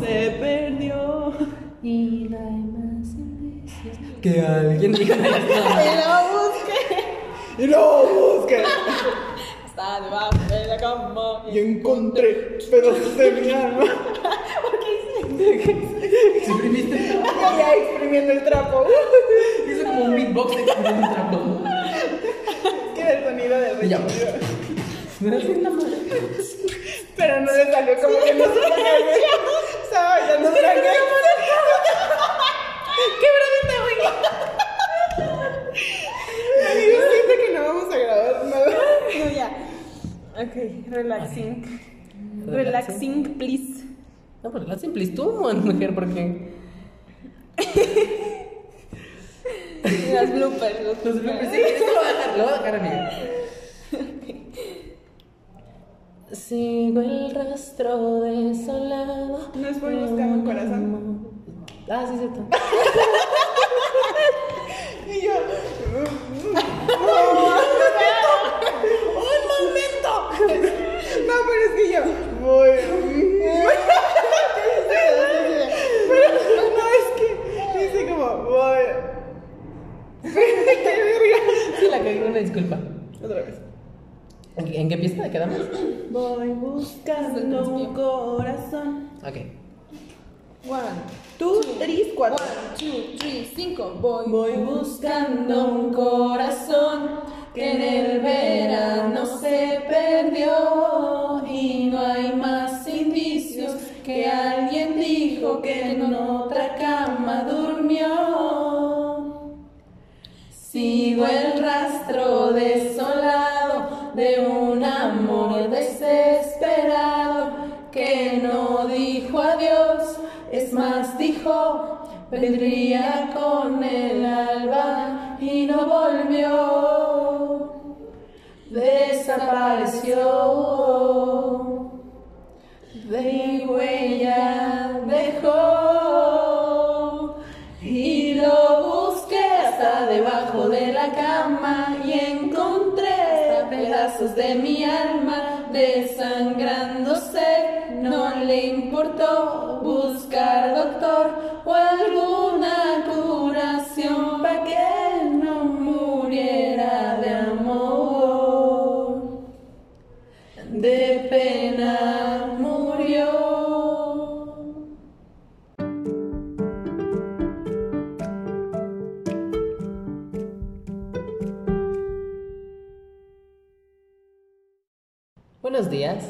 Se perdió. Y la demás indicios. Que alguien diga lo busqué. Y lo busqué. Está debajo de la cama. Y encontré pedazos de mi alma. Exprimiste. Ya exprimiendo el trapo. Hizo como un beatbox exprimiendo un trapo. Que el sonido del Y ya. ruido. No es una madre. Pero no le salió como que no se Estaba bailando traje. ¡Qué bromita, güey! Amigos, siento que no vamos a grabar nada. No, ya. Ok, relaxing. Relaxing, please. No, pero la simpliz tú, mujer, porque. Las bloopers, los Los bloopers, sí, esto lo voy a dejar, lo voy a dejar, amigo. Sigo el rastro desolado. No es por buscar un corazón. Ah, sí, cierto. Y yo. "Mm, mm, ¡Un momento! ¡Un momento! No, pero es que yo. Voy. mm, Pero no, es que. Dice como. Voy. ¡Qué verga! Sí, la cagué, una disculpa. Otra vez. ¿En en qué pista quedamos? Voy buscando un corazón. Ok. One, two, three, cuatro. One, two, three, cinco. Voy, Voy buscando un corazón que en el verano se perdió y no hay más indicios que alguien dijo que en otra cama durmió. Sigo el rastro desolado de un amor desesperado que no dijo adiós, es más dijo, vendría con el alba y no volvió, desapareció, de huella dejó y lo busqué hasta debajo de la cama y encontré hasta pedazos de mi alma desangrándose. No le importó buscar doctor o alguna curación para que no muriera de amor. De pena murió. Buenos días.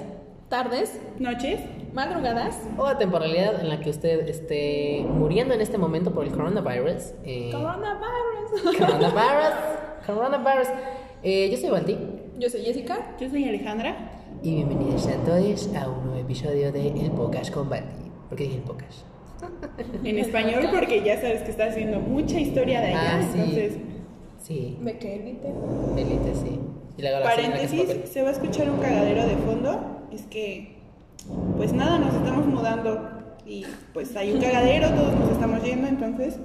Tardes, ¿Noches? madrugadas. O a temporalidad en la que usted esté muriendo en este momento por el coronavirus. eh, Coronavirus. coronavirus. Coronavirus. Eh, yo soy Valdi Yo soy Jessica. Yo soy Alejandra. y bienvenidos a todos a un nuevo episodio de El Podcast con Valdi. ¿Por qué dije el Podcast? En español porque ya sabes que está haciendo mucha historia de allá. Ah, sí. Entonces, Sí, Me quedé Melita, sí. Y luego la señora que se paréntesis, se va a escuchar un cagadero de fondo. Es que, pues nada, nos estamos mudando y pues hay un cagadero, todos nos estamos yendo, entonces,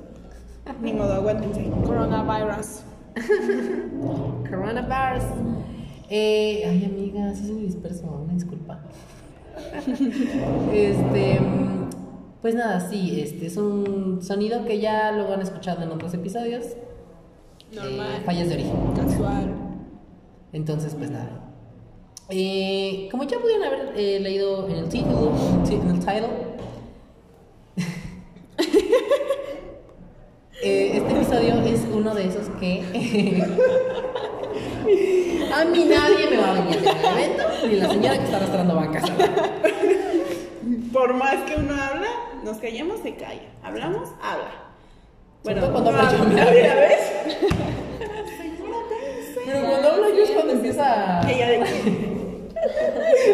ni modo, aguántense. Coronavirus. papel. Coronavirus. Eh, ay, amiga, sí se me disperso, una disculpa. este. mm, Pues nada, sí, este es un sonido que ya lo han escuchado en otros episodios. Normal. Eh, fallas de origen. Casual. Entonces, pues nada. Eh, como ya pudieron haber eh, leído en el título, en el title, eh, este episodio es uno de esos que a mí nadie me va a venir en el evento, ni la señora que está arrastrando bancas. Por más que uno habla, nos callamos, se calla. Hablamos, habla. Sobre todo cuando hablo yo, hablo, mira. ¿ya ves? Pero cuando hablo yo es cuando empieza Ella de que,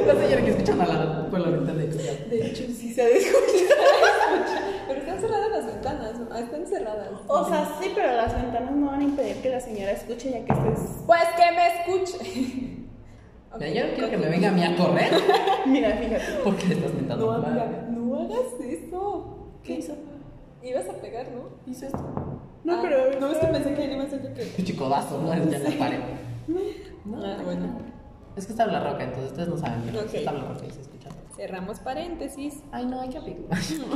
la señora que escucha al lado por la ventana. y todo. De hecho, si se escucha. Pero están cerradas las ventanas. Ah, Están cerradas. O sea, sí, pero las ventanas no van a impedir que la señora escuche ya que estés... Pues que me escuche. Ok, Mira, Yo no quiero que me venga a mí a correr Mira, fíjate. porque le estás mentando. No, la madre. amiga, no hagas eso. ¿Qué hizo? Ibas a pegar, ¿no? Hizo esto. No, Ah, pero... No, es que pensé que él iba a hacer que. Un chicodazo, ¿no? Ya en la pared. Ah, bueno. Es que está la roca, entonces ustedes no saben, pero Ok. está la roca y se escucha. Cerramos paréntesis. Ay, no, hay que aplicar. tenemos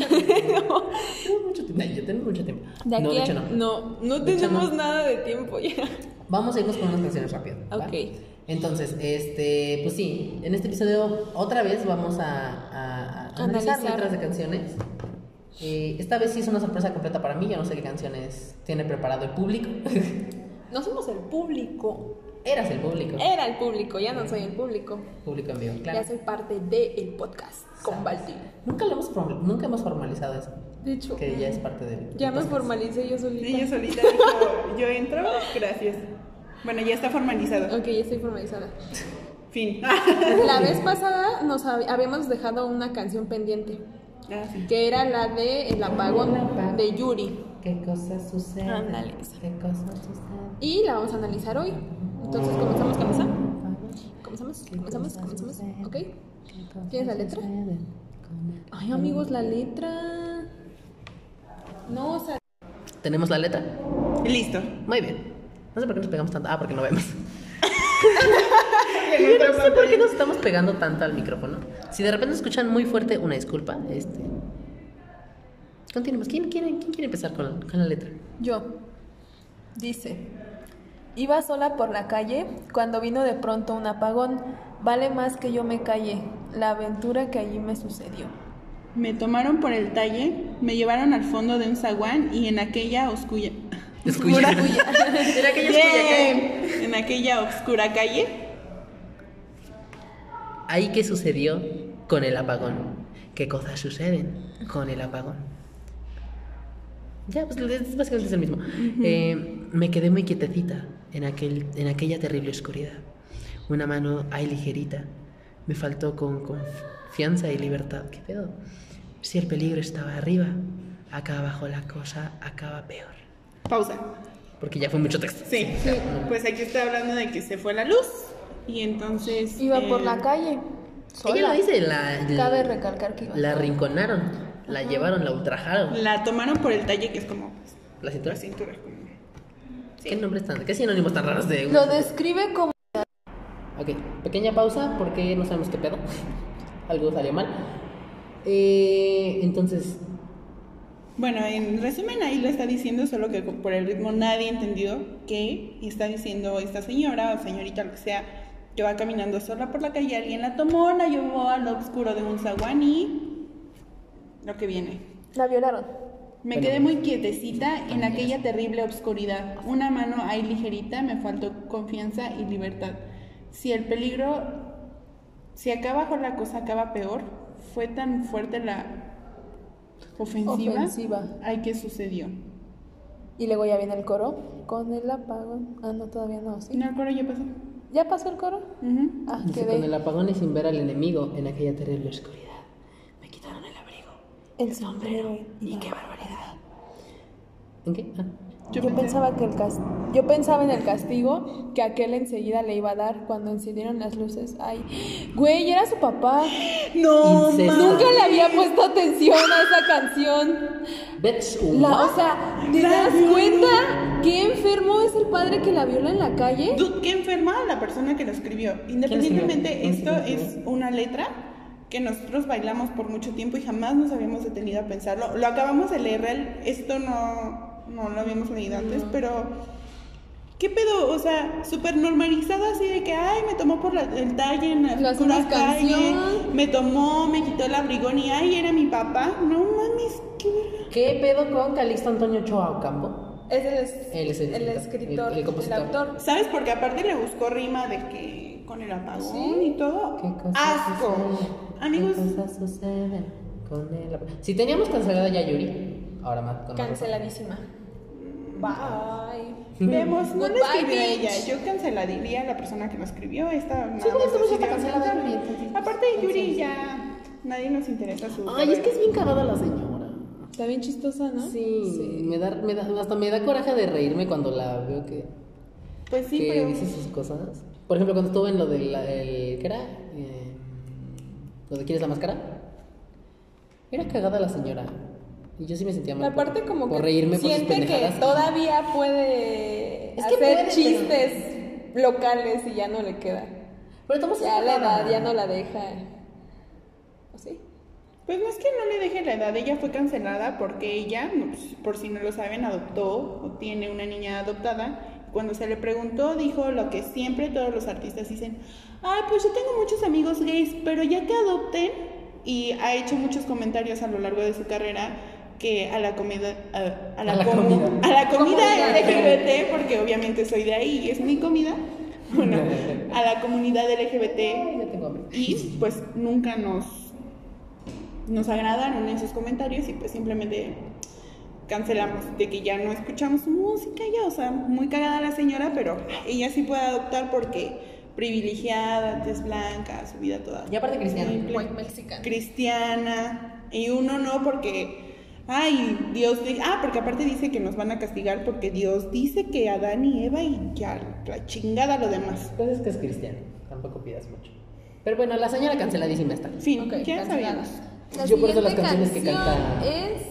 mucho tiempo. Ay, ya tenemos mucho tiempo. no, de hecho no. no, no De hecho, tenemos no. nada de tiempo ya. Vamos a irnos con unas canciones rápido. ¿va? Ok. Entonces, este, pues sí, en este episodio otra vez vamos a, a- a analizar, Analizar. letras de canciones. Eh, esta vez sí es una sorpresa completa para mí, yo no sé qué canciones tiene preparado el público. No somos el público. Eras el público. Era el público, ya no soy el público. Público en vivo, claro. Eh, Ya soy parte del el podcast con Sabes. Balti. Nunca lo hemos, form- nunca hemos formalizado eso, De hecho, que ya es parte del... ya me entonces, formalicé yo solita. Y yo solita dijo, yo entro, gracias. Bueno, ya está formalizado. Ok, ya estoy formalizada. Fin. La vez pasada nos hab- habíamos dejado una canción pendiente, Ah, sí. que era la de El apagón de Yuri. ¿Qué cosas suceden? Ándale, esa. ¿Qué cosas suceden? Y la vamos a analizar hoy. Entonces, comenzamos, comenzamos. Comenzamos, comenzamos, comenzamos. Ok. ¿Tienes la letra? Ay, amigos, la letra. No, o sea. ¿Tenemos la letra? Listo. Muy bien. No sé por qué nos pegamos tanto. Ah, porque no vemos. En otra No sé por pantalla. qué nos estamos pegando tanto al micrófono. Si de repente nos escuchan muy fuerte, una disculpa. Este. Continuemos. ¿Quién quiere, quién quiere empezar con, con la letra? Yo. Dice. Iba sola por la calle cuando vino de pronto un apagón. Vale más que yo me calle la aventura que allí me sucedió. Me tomaron por el talle, me llevaron al fondo de un zaguán y en aquella oscura... Escucha. Era aquella escucha que- Bien. En aquella oscura calle. Ahí que sucedió con el apagón. ¿Qué cosas suceden con el apagón? Ya, pues es- básicamente es el mismo. Eh, me quedé muy quietecita en, aquel, en aquella terrible oscuridad. Una mano ahí ligerita. Me faltó con confianza y libertad. ¿Qué pedo? Si el peligro estaba arriba, acá abajo la cosa acaba peor. Pausa. Porque ya fue mucho texto. Sí, pues aquí está hablando de que se fue la luz y entonces... Iba eh, por la calle. Ella Sola. lo dice, la, Cabe la, recalcar que iba. rinconaron, la llevaron, la ultrajaron. La tomaron por el talle, que es como pues, La cintura. la cintura. como- ¿Qué nombres tan, qué sinónimos tan raros de Lo describe como Ok, pequeña pausa porque no sabemos qué pedo. Algo salió mal. Eh, entonces, Bueno, en resumen ahí lo está diciendo, solo que por el ritmo nadie entendió que está diciendo esta señora o señorita, lo que sea, que va caminando sola por la calle, alguien la tomó, la llevó al oscuro de un zaguán y lo que viene. la violaron. Me Bueno. quedé muy quietecita en aquella terrible obscuridad. Una mano ahí ligerita me faltó confianza y libertad. Si el peligro, si acá abajo la cosa acaba peor, fue tan fuerte la ofensiva. Ofensiva. Ay, ¿qué sucedió? Y luego ya viene el coro. Con el apagón. Ah, no, todavía no. ¿sí? No, el coro ya pasó. ¿Ya pasó el coro? Ujú. Ah, dice, con el quedé. apagón y sin ver al enemigo en aquella terrible oscuridad, me quitaron el abrigo. El sombrero. Y qué barbaridad. ¿En qué? Ah, Yo pensaba que el cas- Yo pensaba en el castigo que aquel enseguida le iba a dar cuando encendieron las luces. Ay, güey, era su papá. No, Incesto. ma- Nunca le había puesto atención a esa canción. Bitch, La, what? o sea, ¿te das cuenta qué enfermo es el padre que la viola en la calle? Dude, qué enferma la persona que lo escribió. Independientemente, ¿Quién esto escribió? ¿Quién es escribió? una letra que nosotros bailamos por mucho tiempo y jamás nos habíamos detenido a pensarlo. Lo acabamos de leer, real- esto no, no lo habíamos leído antes, pero ¿qué pedo? O sea, súper normalizado así de que, ay, me tomó por la- el talle en Lo la hacemos oscura calle, canción. me tomó, me quitó el abrigón y, ay, era mi papá. No mames, qué verga. ¿Qué pedo con Calixto Antonio Ochoa Ocampo? Es el, es- Él es el el escritor, escritor, el- el el, compositor. autor. ¿Sabes? Porque aparte le buscó rima de que con el apagón y todo. ¿Qué cosas Asco. suceden? Amigos, ¿Qué cosas suceden con el apagón? Si teníamos cancelado ya Yuri, ahora más. con más razón. Canceladísima. Bye. Vemos, no la Goodbye, escribió bitch. ella. Yo cancelaría a la persona que lo escribió. Esta nada como más tú ya decidió está cancelada, cancelarla. Yuri, entonces, Aparte de Yuri, ya nadie nos interesa su. Ay, es que carrera. es bien cagada la señora. Está bien chistosa, ¿no? Sí, Me, da, me da- hasta me da coraje de reírme cuando la veo que, Pues sí, que pero. dice sus cosas. Por ejemplo, cuando estuvo en lo del... el- ¿Qué era? Eh, lo de ¿Quién es la máscara? Era cagada la señora. Y yo sí me sentía mal. por- Aparte como por que reírme por sus siente que pendejadas. todavía puede Es que hacer puede, pero- chistes locales y ya no le queda. Pero estamos Ya la edad ya no la deja. ¿O sí? Pues no es que no le deje la edad, ella fue cancelada porque ella, no, pues, por si no lo saben, adoptó o tiene una niña adoptada. Cuando se le preguntó, dijo lo que siempre todos los artistas dicen, ay, pues yo tengo muchos amigos gays, pero ya que adopten, y ha hecho muchos comentarios a lo largo de su carrera que a la comida, a, a la, A la comu- comida. a la comida Comunidad. LGBT, porque obviamente soy de ahí y es mi comida, bueno, a la comunidad LGBT Ya tengo hambre. y pues nunca nos nos agradaron esos comentarios y pues simplemente cancelamos de que ya no escuchamos su música ya o sea muy cagada la señora pero ella sí puede adoptar porque privilegiada es blanca su vida toda Y aparte cristiana. simple, White mexicana. cristiana y uno no porque ay Dios di- ah porque aparte dice que nos van a castigar porque Dios dice que Adán y Eva y ya la chingada lo demás Pues es que es cristiano, tampoco pidas mucho. Pero bueno, la señora canceladísima está. fin Ok, ya cancelada. sabíamos La Yo por eso las siguiente canciones que canción canta- Es.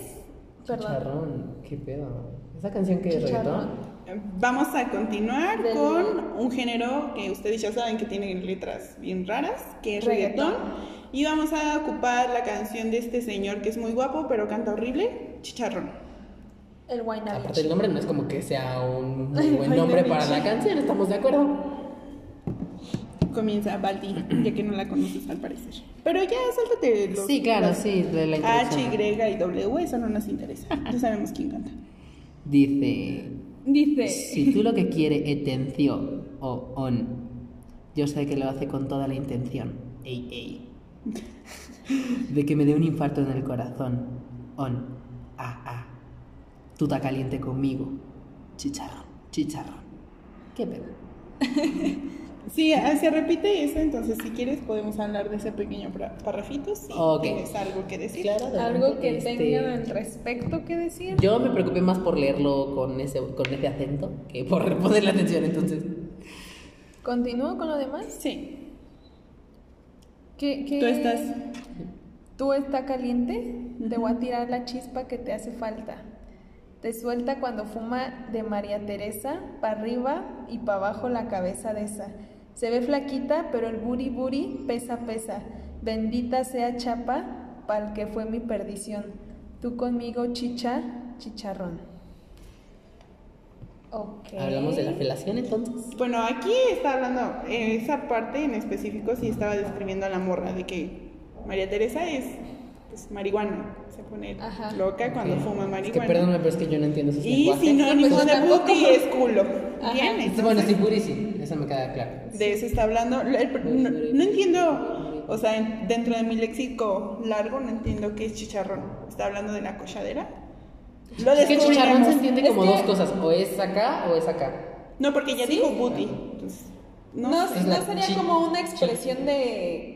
Perdón. Chicharrón, qué pedo. Esa canción que es Chicharrón. reggaetón. Vamos a continuar Del- con un género que ustedes ya saben que tiene letras bien raras, que es Reggaetón. reggaetón. Y vamos a ocupar la canción de este señor que es muy guapo pero canta horrible, Chicharrón. El Aparte, Wainavich. el nombre no es como que sea un muy buen nombre para la canción, estamos de acuerdo. Comienza Baldi, ya que no la conoces al parecer. Pero ya, sáltate los- Ah, los sí, de la H, Y y W, eso no nos interesa. Ya sabemos quién canta. Dice, Dice. si tú lo que quiere es tensión o on, yo sé que lo hace con toda la intención. Ey, ey. De que me dé un infarto en el corazón. On. Ah, ah. Tú está caliente conmigo. Chicharrón, chicharrón. Qué pedo. Sí, ah, se repite eso, entonces si quieres podemos hablar de ese pequeño pra- parrafito si Ok. tienes algo que decir. Algo que Este, tenga al respecto que decir. Yo me preocupé más por leerlo con ese, con ese acento que por ponerle atención, entonces. ¿Continúo con lo demás? Sí, ¿Qué, qué- tú estás... Tú está caliente, te voy a tirar la chispa que te hace falta. Te suelta cuando fuma de María Teresa, para arriba y para abajo la cabeza de esa. Se ve flaquita, pero el buri buri pesa pesa. Bendita sea chapa, pa'l que fue mi perdición. Tú conmigo chicha, chicharrón. Ok. Hablamos de la felación, entonces. Bueno, aquí está hablando, en esa parte en específico sí estaba describiendo a la morra de que María Teresa es pues, marihuana, se pone Ajá. loca cuando Ok. fuma Es que marihuana. perdóname, pero es que yo no entiendo esos y lenguajes. sinónimo Pues de tampoco. puti es culo. Ajá. Bien, Este, entonces, Bueno, sí, Puri sí, eso me queda claro. de eso está hablando. El- no, no entiendo, o sea, en- dentro de mi léxico largo no entiendo qué es chicharrón. Está hablando de la cochadera. Lo Es que chicharrón se descubriremos. entiende Es como que- dos cosas, o es acá o es acá. No, porque ya dijo puti. Entonces, no, No, sé. Es la no sería chi- como una expresión de,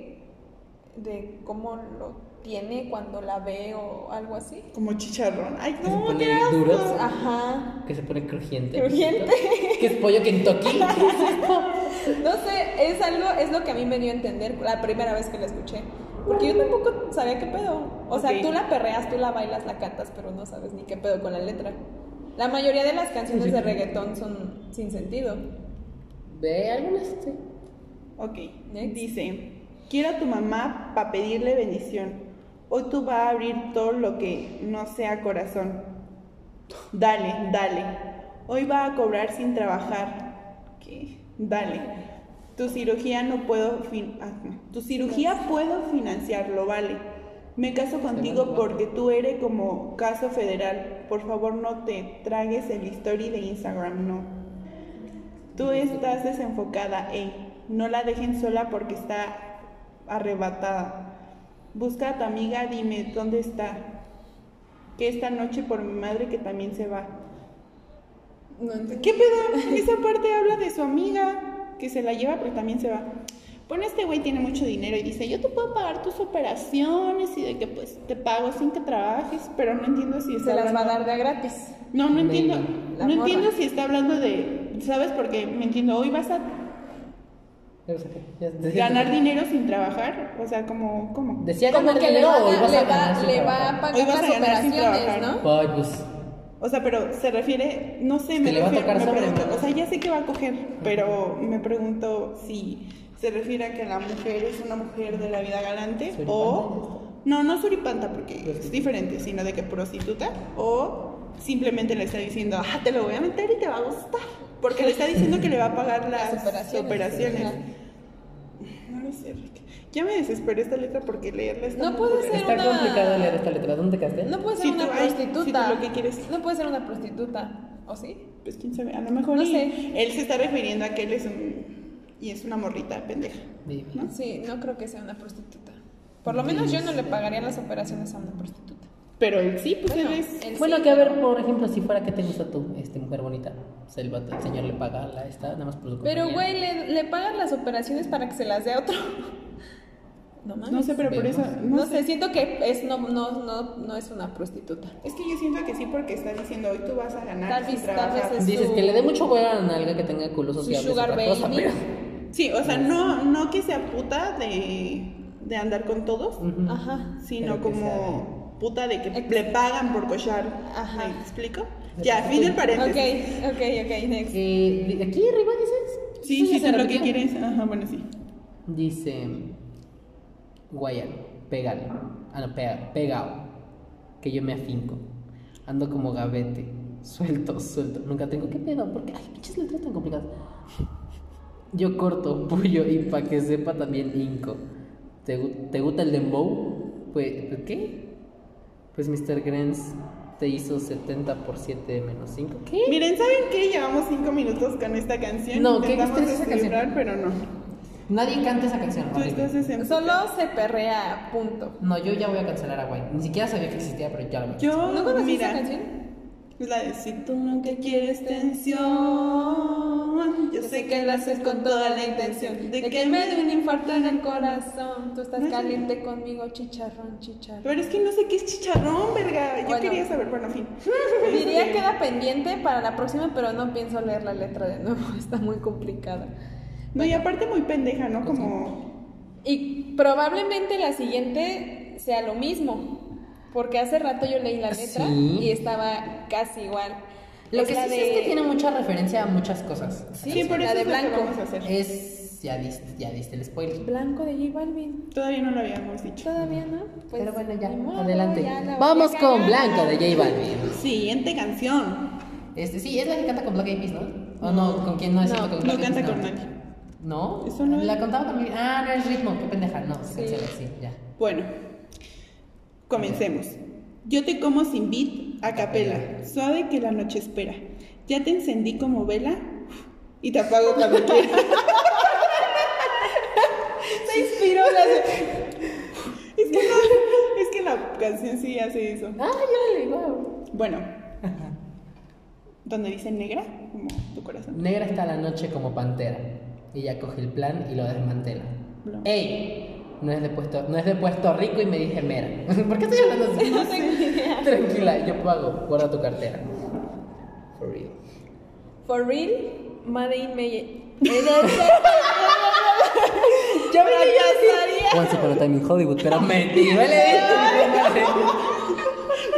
de cómo lo tiene cuando la ve o algo así. Como chicharrón. Ay, Que se no, pone qué asco. duro. Ajá. Que se pone crujiente. Crujiente. Que es pollo Kentucky. No sé, es algo, es lo que a mí me dio a entender la primera vez que la escuché. Porque yo tampoco sabía qué pedo. O sea, Ok. tú la perreas, tú la bailas, la cantas, pero no sabes ni qué pedo con la letra. La mayoría de las canciones de reggaetón son sin sentido. Ve algunas, sí. Ok, Next. dice, quiero a tu mamá para pedirle bendición. Hoy tú vas a abrir todo lo que no sea corazón. Dale, dale. Hoy va a cobrar sin trabajar. ¿Qué? Dale. Tu cirugía no puedo fin- ah, no. tu cirugía puedo financiarlo, vale. Me caso contigo porque tú eres como caso federal. Por favor, no te tragues el story de Instagram, no. Tú estás desenfocada, ey. No la dejen sola porque está arrebatada. Busca a tu amiga, dime dónde está. Que esta noche por mi madre que también se va. No entendí. ¿Qué pedo? En esa parte habla de su amiga que se la lleva pero también se va. Bueno, este güey tiene mucho dinero y dice, yo te puedo pagar tus operaciones y de que pues te pago sin que trabajes, pero no entiendo si está Se las va a dar hablando- de a gratis. no, no Maybe. entiendo. La No morra. entiendo si está hablando de, ¿sabes? Porque me entiendo, hoy vas a Ya lo saqué, ya- ganar dinero sin trabajar, o sea, como cómo? Decía Como ganar que le dinero va, o ibas le a va, ganar sin le va a trabajar. pagar Hoy vas a las ganar sin operaciones, trabajar. ¿no? Ay, pues. O sea, pero se refiere, no sé, Que me le va a refiero, tocar me sobre, pregunto, ¿no? o sea, ya sé que va a coger, pero me pregunto si se refiere a que la mujer es una mujer de la vida galante o... No, no suripanta porque Pues es diferente, sino de que prostituta o simplemente le está diciendo, ah, te lo voy a meter y te va a gustar. Porque le está diciendo que le va a pagar las, operaciones. No lo sé, Rick. Ya me desesperé esta letra porque leerla está No muy puede aburrida. ser. Está una- complicado leer esta letra. ¿Dónde te quedaste? No puede ser Si una tú- ay, prostituta. si tú lo que quieres. No puede ser una prostituta, ¿o sí? Pues quién sabe, a lo mejor No y- sé. él se está refiriendo a que él es un... Y es una morrita pendeja. Baby. Sí, no creo que sea una prostituta. Por Mm. lo menos yo no le pagaría las operaciones a una prostituta. Pero él sí, pues Bueno, eh, él es... él Bueno, sí, que a ver, pero- por ejemplo, si fuera que te gusta tú, este mujer bonita, pues el, vato- el señor le paga a la esta, nada más por su Pero, compañía. güey, le, le pagan las operaciones para que se las dé a otro. No mames. No sé, pero por Vemos. eso... No, No, sé. sé, siento que es, no, no, no, no es una prostituta. Es que yo siento que sí porque está diciendo, hoy tú vas a ganar Tal sin vez- tal trabajar". vez es- Dices su- que le dé mucho huevo a la nalga que tenga culo Su social. sugar baby. Sí, o sea, no, no que sea puta de, de andar con todos, Ajá. sino Pero que como puta de que Ex- le pagan por cochar. Ajá. ¿Me explico? Ya, fin del Ok, paréntesis. ok, ok, next. Eh, aquí arriba dices. Sí, sí, Eso ya es se lo que repitió. quieres. Ajá, bueno, sí. Dice. Guayal, pégale. Ah, no, pega, pegao. Que yo me afinco. Ando como gavete. Suelto, suelto. Nunca tengo. ¿Qué pedo? ¿Por qué? Ay, pinches letras tan complicadas. Yo corto, puyo y pa' que sepa también inco. ¿Te, gu- te gusta el dembow? Pues, ¿pues ¿qué? Pues Mr. Grens te hizo 70 por 7 menos 5. ¿Qué? Miren, ¿saben qué? Llevamos cinco minutos con esta canción. No, ¿qué Intentamos triste esa canción? descifrar, pero no. Nadie canta esa canción. Tú horrible. estás desempujada. Solo se perrea, punto. No, yo ya voy a cancelar a Guay. Ni siquiera sabía que existía, pero ya lo voy a cancelar. Yo, ¿No conoces mira, pues esa canción? la de si tú nunca quieres tensión, yo sé que la haces con toda la intención de que me dé un infarto en el corazón. Tú No estás sé. caliente conmigo, chicharrón, chicharrón. Pero es que no sé qué es chicharrón, verga. Yo Bueno. quería saber, bueno, en fin. Este, Diría queda pendiente para la próxima, pero no pienso leer la letra de nuevo. Está muy complicada. No, y aparte muy pendeja, ¿no? Como. Y probablemente la siguiente sea lo mismo, porque hace rato yo leí la ¿Ah, letra Sí. y estaba casi igual. Lo Es que sí la sé de- es que tiene mucha referencia a muchas cosas. Sí, Sí, por la eso de es lo que blanco. vamos a hacer. Es. Ya diste, ya diste el spoiler. Blanco de J Balvin. Todavía no lo habíamos dicho. Todavía no. Pues, Pero bueno, ya, ni modo, adelante. ya la voy Vamos a con cagar. Blanco de J Balvin. Siguiente canción. Este, sí, es la que canta con Black Eyed Peas, ¿no? ¿O no? ¿Con quién no es No, cierto que con No Black Eyed canta Peas, con nadie. ¿No? Eso no es. La contaba también. Ah, no es ritmo, qué pendeja. No, se Sí. cancela, sí, ya. Bueno, comencemos. Yo te como sin beat, a capela, suave que la noche espera. Ya te encendí como vela y te apago cuando quieras. Se inspiró la de- es, que no- es que la canción sí hace eso. Ah, yo wow. Bueno, donde dice negra, como tu corazón. Negra está la noche como pantera. Ella coge el plan y lo desmantela. Blanco. ¡Ey! No es, de Puerto, no es de Puerto Rico y me dije mera. ¿Por qué estoy hablando así? No Tranquila, yo pago. Guarda tu cartera. For real. For real, Made in May. Ya me Fracasaría. Once upon a time in Hollywood, pero mentira.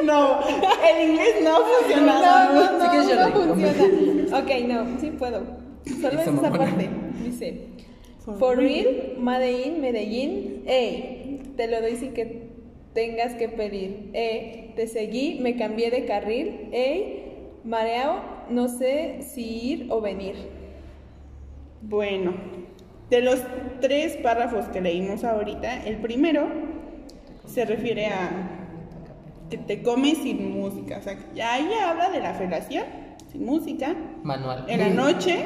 No, el inglés no funciona. No, no, no, Sí que es no Jordi. funciona. Ok, no, sí puedo. Solo es Esa esa mamona. parte. Dice, for real, Medellín, Medellín, ey, te lo doy sin que tengas que pedir. Ey, te seguí, me cambié de carril, ey, mareado, no sé si ir o venir. Bueno, de los tres párrafos que leímos ahorita, el primero se refiere a que te comes sin música. O sea, ya ella habla de la felación sin música Manual. en la noche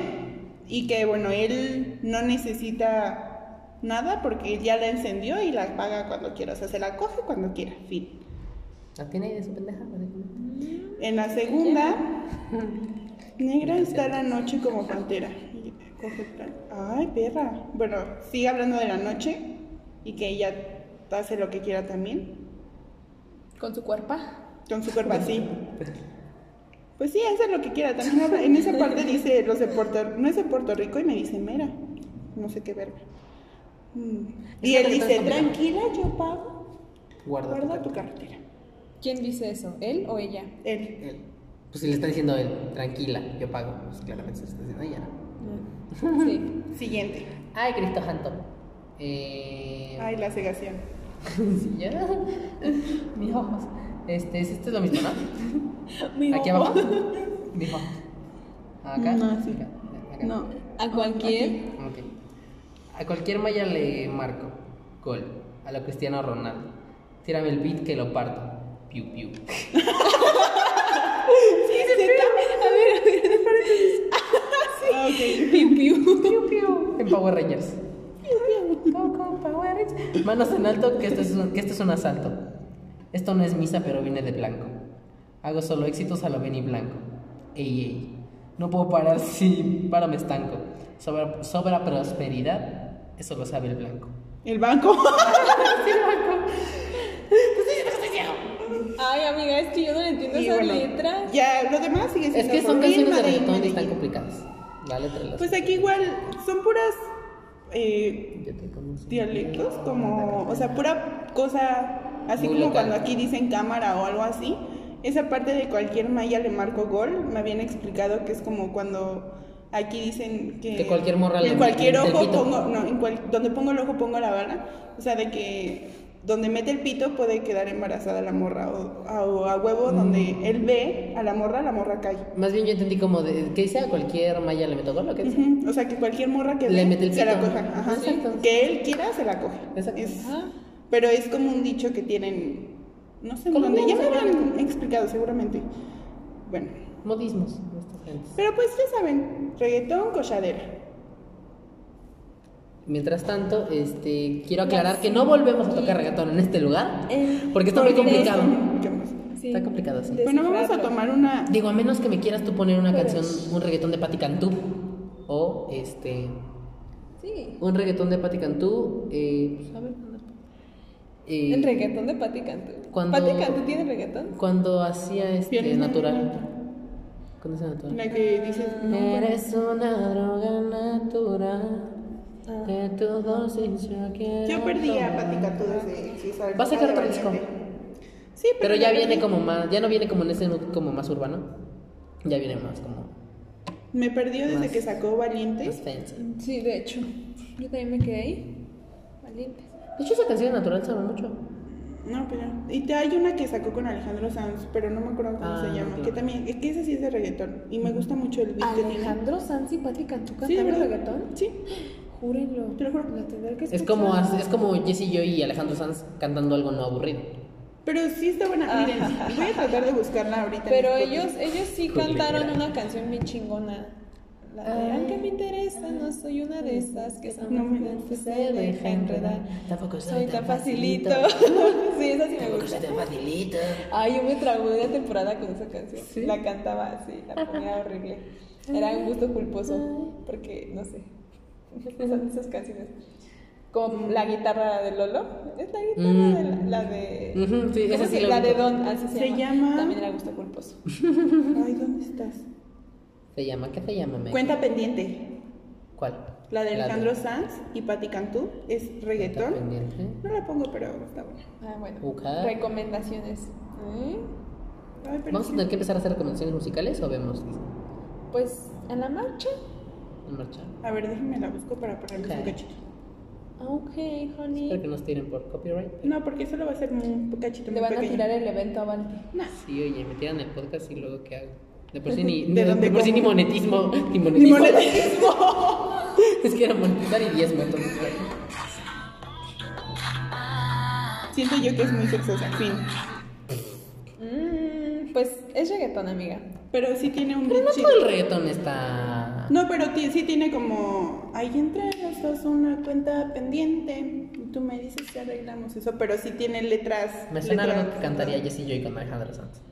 y que, bueno, él no necesita nada porque él ya la encendió y la paga cuando quiera. O sea, se la coge cuando quiera, fin. ¿No tiene idea su pendeja? En la segunda, negra está la noche como pantera. Y coge el plan. Ay, perra. Bueno, sigue hablando de la noche y que ella hace lo que quiera también. Con su cuerpo. Con su cuerpo así. Pues sí, hace lo que quiera. También habla- en esa parte dice los de Puerto no es de Puerto Rico y me dice mera. No sé qué verga. Mm. Y Esa letra él dice, es complicada. tranquila, yo pago. Guarda, Guarda tu cartera. carretera. ¿Quién dice eso? ¿Él o ella? Él. Él. Pues si le está diciendo él, tranquila, yo pago. Pues claramente se está diciendo ella, ¿no? Mm. Sí. Siguiente. Ay, Cristo Santo. Eh, Ay, la cegación. sí, ya. Mis ojos. Este, es- esto es lo mismo, ¿no? Mi Aquí ojo. abajo. Mis ojos. Acá. No, sí. Acá. acá. No. A cualquier. Ok. A cualquier malla le marco. Gol. A la Cristiano Ronaldo. Tírame el beat que lo parto. Piu, piu. Ah, ok. Piu, piu. En Power Rangers. Go, go, Power Rangers. Manos en alto, que esto, es un, que esto es un asalto. Esto no es misa, pero viene de blanco. Hago solo éxitos a lo Benny Blanco. Ey, ey. No puedo parar si paro me estanco. Sobra, sobra prosperidad, eso lo sabe el blanco. El banco. Ay, amiga, es que yo no le entiendo Y esa bueno, letra. Ya, lo demás sigue Es siendo que son por Real canciones de Madrid, reggaetón y Madrid. están complicadas. La letra las- Pues aquí igual son puras eh, Yo te conozco. dialectos, como, o sea, pura cosa, así Muy como local. cuando aquí dicen cámara o algo así. Esa parte de cualquier malla le marco gol, me habían explicado que es como cuando aquí dicen que, Que cualquier morra le- en cualquier del ojo pito. pongo, no, en cual- donde pongo el ojo pongo la bala, o sea, de que donde mete el pito puede quedar embarazada la morra o a, o a Mm. huevo donde él ve a la morra, la morra cae. Más bien yo entendí como de, que dice a cualquier malla le meto gol o qué dice. Ujú, O sea, que cualquier morra que Le ve, mete el se la pito. coja. Ajá. Sí. Exacto. Que él quiera, se la coge. Exacto. Es- pero es como un dicho que tienen, no sé en dónde, Colombianos, ya me habían explicado seguramente. Bueno, Modismos de estas gentes. pero pues ya saben, reggaetón, cochadera. Mientras tanto, este, quiero aclarar que no volvemos a tocar reggaetón en este lugar Eh, porque está muy Porque complicado. es mucho más. Sí. Está complicado, sí. Bueno, vamos a Descifrarlo. tomar una... Digo, a menos que me quieras tú poner una canción, un reggaetón de Patti Cantú o este, Sí. un reggaetón de Pati Cantú, eh, pues, a ver, anda. Eh, El reggaetón de Pati Cantú. Cuando- ¿Pati Cantú tiene reggaetón? cuando hacía este Violín natural. Cuando hacía natural. La que dices... Eres una droga natural Ah. que tu dosis yo quiero Yo perdí a tomar. Pati Cantú desde... sí, sabe, Va a sacar otro disco. Sí, pero, Pero ya viene como más, ya no viene como en ese mood como más urbano. Ya viene más como Me perdió desde Más. que sacó Valiente. más fancy. Sí, de hecho. Yo también me quedé ahí. Valiente. De hecho esa canción de natural sabe mucho. No, pero. Y te hay una que sacó con Alejandro Sanz, pero no me acuerdo cómo Ah, se llama. claro. Que también. Es que esa sí es de reggaetón. Y me gusta mucho el beat que tiene. Alejandro Sanz y Pati Cantú Sí, de cantaron verdad. reggaetón. Sí. Júrenlo. Te lo juro. La tendré que Es como escuchar. as- es como Jesse Joy y Alejandro Sanz cantando algo no aburrido. Pero sí está buena. Miren, voy a tratar de buscarla ahorita. en este Pero Spotify. ellos, ellos sí Culera. cantaron una canción bien chingona. La de Aunque me interesa, no soy una de esas que son No me se deja enredar. Tampoco Soy tan facilito. sí, esa sí me Tampoco gusta. soy tan facilito. Ay, yo me traumé una temporada con esa canción. La cantaba así, la ponía horrible. Era un gusto culposo, porque no sé. Son esas canciones. Como la guitarra de Lolo. Es la guitarra Mm. de la, la de. Ujú, sí, ¿cómo esa sí se- la la de ubico. Don, así se, Se llama- También era gusto culposo. Ay, ¿dónde estás? Se llama, ¿qué se llama? Meg? Cuenta pendiente. ¿Cuál? La de Alejandro Sanz y Patti Cantú es Cuenta reggaetón. pendiente. No la pongo, pero está buena. Ah, bueno. Ok. Recomendaciones. ¿Eh? Ay, pero Vamos a sí. tener que empezar a hacer recomendaciones musicales o vemos Pues a la marcha. en marcha. A ver, déjenme la busco para ponerle Ok. un cachito. Ah, Ok, Espero que honey. no nos tiren por copyright. No, porque solo va a ser un cachito Le muy van a pequeño. tirar el evento a Valdi. Sí, oye, me tiran el podcast y luego ¿qué hago? De por sí ni, de ¿De dónde por sí ni como? monetismo. Ni Ni monetismo. monetismo. es que era monetizar y diezmo. Entonces, bueno. Siento yo que es muy sexosa, fin. Mm, pues es reggaetón, amiga. Pero sí tiene un Pero beat no chido. todo el reggaetón está. No, pero ti- sí tiene como. Ahí entre los dos una cuenta pendiente. Y tú me dices que arreglamos eso. Pero sí tiene letras. Me suena letras- algo que cantaría Jesse Joy con Alejandro Sanz.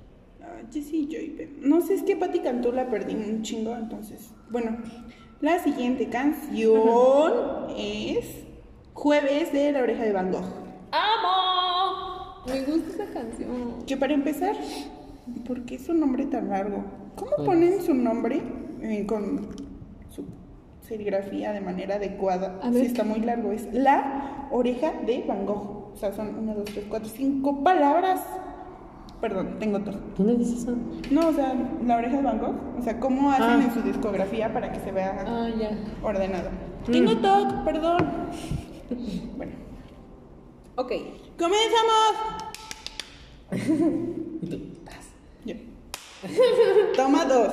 Ah, Jessy Joy. pero- No sé, es que Patti Cantú la perdí un chingo. Entonces, bueno. La siguiente canción es. Jueves de la oreja de Van Gogh. ¡Amo! Me gusta esa canción. Que para empezar, ¿por qué su nombre tan largo? ¿Cómo Jueves. ponen su nombre eh, con su serigrafía de manera adecuada? A Si ver. está muy largo, es La Oreja de Van Gogh. O sea, son 1, 2, 3, 4, 5 palabras. Perdón, tengo todo. ¿Dónde dice eso? No, o sea, la oreja de Van Gogh. O sea, ¿cómo hacen Ah. en su discografía para que se vea Ah, ya. ordenado? Tengo TOC, perdón. Bueno, Ok. comenzamos. Y tú, Yo. Toma dos.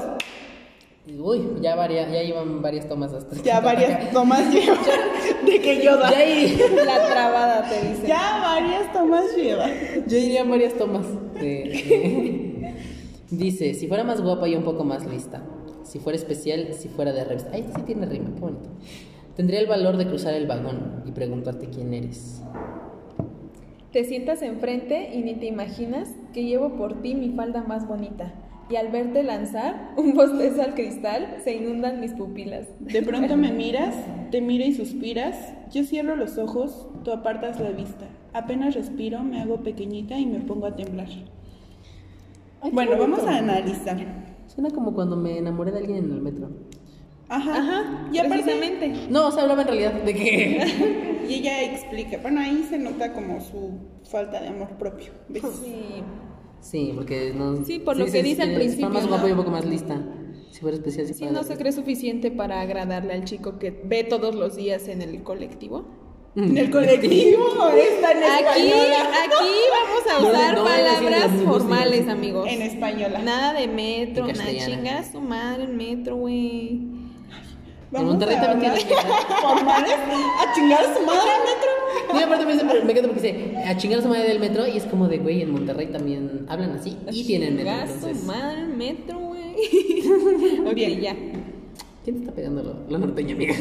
y Uy, ya, varia- ya llevan varias tomas hasta. Ya varias tomas lleva de que yo da. Ya, ahí- La trabada te dice. Ya varias tomas lleva. Yo diría varias tomas. de- de- Dice, si fuera más guapa y un poco más lista. Si fuera especial, si fuera de revista. Ay, este sí tiene rima, qué bonito. Tendría el valor de cruzar el vagón y preguntarte quién eres. Te sientas enfrente y ni te imaginas que llevo por ti mi falda más bonita. Y al verte lanzar un bostezo al cristal, se inundan mis pupilas. De pronto me miras, te miro y suspiras. Yo cierro los ojos, tú apartas la vista. Apenas respiro, me hago pequeñita y me pongo a temblar. Ay, qué bueno, bonito. vamos a analizar. Suena como cuando me enamoré de alguien en el metro. Ajá. Ajá, Y aparte- precisamente. No, o sea, hablaba en realidad de que... Y ella explica. Bueno, ahí se nota como su falta de amor propio. ¿ves? Sí. Sí, porque no... Sí, por lo que dice al Si fuera principio, más ¿no? guapa y un poco más lista. Si fuera especial, si Si fuera no de se revista. cree suficiente para agradarle al chico que ve todos los días en el colectivo. En el colectivo, está en Aquí, española. aquí vamos a No, usar no, palabras no, no, no, formales, no, amigos. En española. Nada de metro, En nada castellana. chingas su madre en metro, güey. En Monterrey también tiene... formales a chingar a su madre metro. No, y aparte me, dice- me encanta porque dice, a chingar a su madre del metro, y es como de, güey, en Monterrey también hablan así y tienen metro, Chingas su entonces. madre en metro, güey. ok, ya. ¿Quién te está pegando lo, lo norteño, amiga?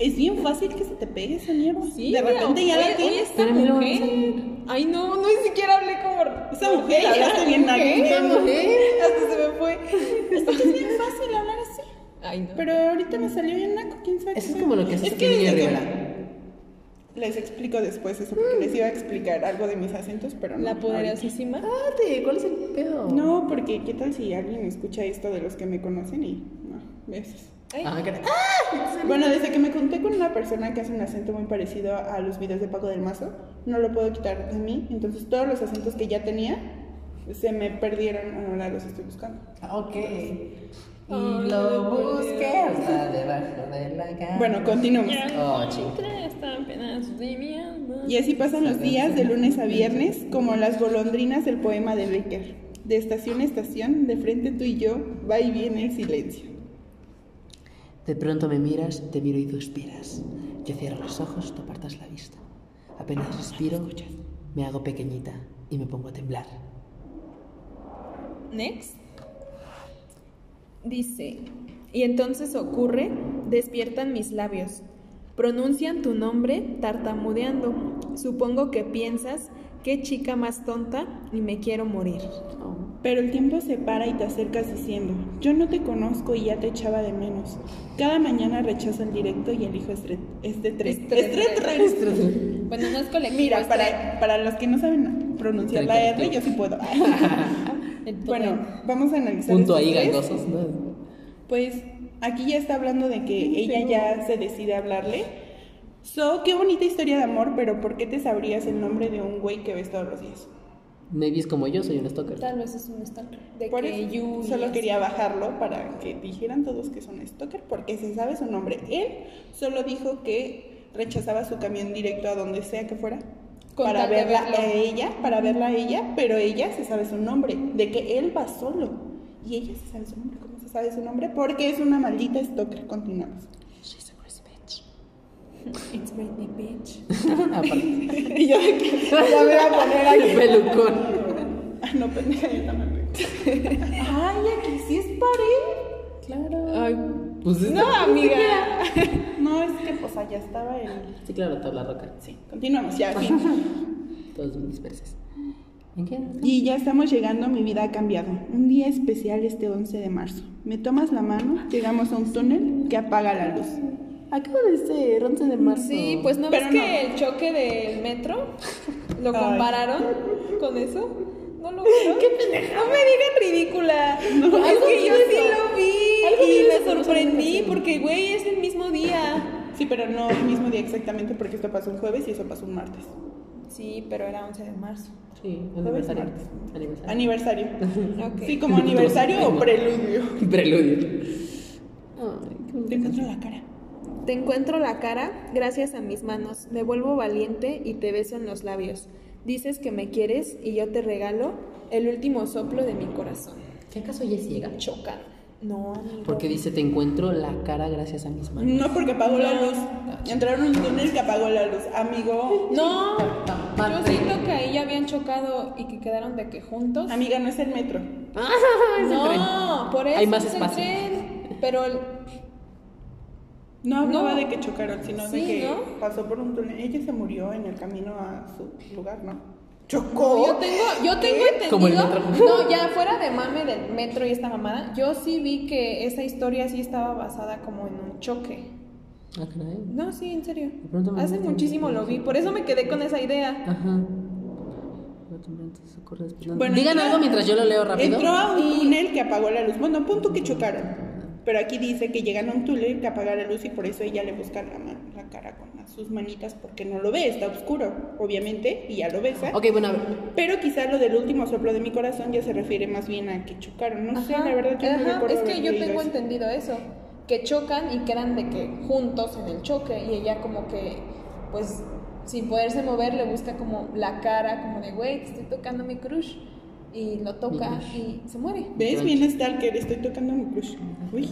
Es bien fácil que se te pegue esa mierda. Sí, de güey, repente ya oye, la oye, tienes. esta Pero mira, mujer. Ay, no, no, ni siquiera hablé como. Esa mujer, Ella, hablaste bien mujer, naco. esa mujer, Hasta se me fue. Es que es bien fácil hablar así. Ay, no. Pero ahorita me salió bien naco, quién sabe. Eso es qué fue. como lo que hace Es Sofía que desde que- Rivera. Les explico después eso, porque les iba a explicar algo de mis acentos, pero no. la poderosísima. Espérate, ¿cuál es el pedo? ahorita. No, porque qué tal si alguien escucha esto de los que me conocen y. No, besos. Ah, caray. Bueno, desde que me conté con una persona que hace un acento muy parecido a los videos de Paco del Mazo, no lo puedo quitar de mí. Entonces, todos los acentos que ya tenía se me perdieron. Ahora los estoy buscando. Ah, ok. Y lo busqué hasta debajo de la cama. Bueno, continuamos. Oh, chica. Están apenas de mi alma. Y así pasan los días de lunes a viernes, como las golondrinas del poema de Becker. De estación a estación, de frente tú y yo, va y viene el silencio. De pronto me miras, te miro y suspiras. Yo cierro los ojos, tú apartas la vista. Apenas respiro, me hago pequeñita y me pongo a temblar. Next. Dice, y entonces ocurre, despiertan mis labios, pronuncian tu nombre tartamudeando. Supongo que piensas, qué chica más tonta y me quiero morir. Pero el tiempo se para y te acercas diciendo, yo no te conozco y ya te echaba de menos. Cada mañana rechazo el directo y elijo estre- este tren. Estre- Estre- tren. Bueno, no es colectivo. Mira, Pues es para, para los que no saben pronunciar Tren la R, colectivo. yo sí puedo. tren. El bueno, tren. vamos a analizar. Punto estos ahí, tres. gangosos. ¿no? Pues aquí ya está hablando de que ella ya se decide a hablarle. So, qué bonita historia de amor, pero ¿por qué te sabrías el nombre de un güey que ves todos los días? Maybe es como yo, soy un stalker. Tal vez es un stalker. De Por que eso, you y solo así. quería bajarlo para que dijeran todos que es un stalker, porque se sabe su nombre. Él solo dijo que rechazaba su camión directo a donde sea que fuera. Con para tal de verla verlo. a ella, para verla a ella, pero ella se sabe su nombre, de que él va solo. Y ella se sabe su nombre, ¿cómo se sabe su nombre? Porque es una maldita stalker, continuamos. It's Britney, bitch. Aparte. Y yo de que ya me voy a poner aquí. El pelucón. Ah, no, pendeja, ya no me veo. Ay, aquí sí es pared. Ay, pues es- No, amiga. No, es que pues allá estaba el. Sí, claro, tabla roca. Sí, continuamos, ya, sí. Todos disperses. ¿En qué? Y ya estamos llegando, mi vida ha cambiado. Un día especial este 11 de marzo. Me tomas la mano, llegamos a un túnel que apaga la luz. Acabo de ser 11 de marzo. Sí, pues no Pero ves que el choque del metro lo Ay. compararon con eso. No lo vieron. Qué pendeja. No me digan ridícula. es que yo sí lo vi y me sorprendí porque güey, es el mismo día. Sí, pero no el mismo día exactamente porque esto pasó un jueves y eso pasó un martes. Sí, pero era 11 de marzo. Sí, Jueves, aniversario. martes. Aniversario. Aniversario. Ok. Sí, como aniversario o preludio. Preludio. Te encuentro la cara. Te encuentro la cara gracias a mis manos. Me vuelvo valiente y te beso en los labios. Dices que me quieres y yo te regalo el último soplo de mi corazón. ¿Qué acaso ella es ciega? Choca. No, amigo. Porque dice, te encuentro la cara gracias a mis manos. No, porque apagó la luz. Entraron en un túnel que apagó la luz. Amigo, No, yo Madre. siento que ahí ya habían chocado y que quedaron de que juntos. amiga, no es el metro. Ah, No, por eso Hay más es el espacio. tren. Pero el- No hablaba No. de que chocaron, sino de Sí, que ¿no? pasó por un túnel. Ella se murió en el camino a su lugar, ¿no? yo Chocó. tengo, yo tengo entendido. Como el metro. No, ya fuera de mame del metro y esta mamada, yo sí vi que esa historia sí estaba basada como en un choque. Ah, caray. No, sí, en serio. De pronto me Hace meto. muchísimo lo vi, por eso me quedé con esa idea. Ajá. Voy a tomar antes su correspondiente. Bueno, Digan entra- algo mientras yo lo leo rápido. Entró a un túnel que apagó la luz. Bueno, punto que chocaron. Pero aquí dice que llegan a un túnel que apaga la luz y por eso ella le busca la, man- la cara con las- sus manitas porque no lo ve, está oscuro, obviamente, y ya lo besa. Ok, bueno, a ver. Pero quizá lo del último soplo de mi corazón ya se refiere más bien a que chocaron. No sé, Ajá, la verdad yo no ajá, recuerdo. Es que haber yo leído tengo eso. entendido eso, que chocan y quedan de que juntos en el choque y ella como que, pues, sin poderse mover le busca como la cara, como de, güey, te estoy tocando mi crush y lo toca crush. y se muere. ¿Ves? Bien Stalker, estoy tocando mi crush. Uy.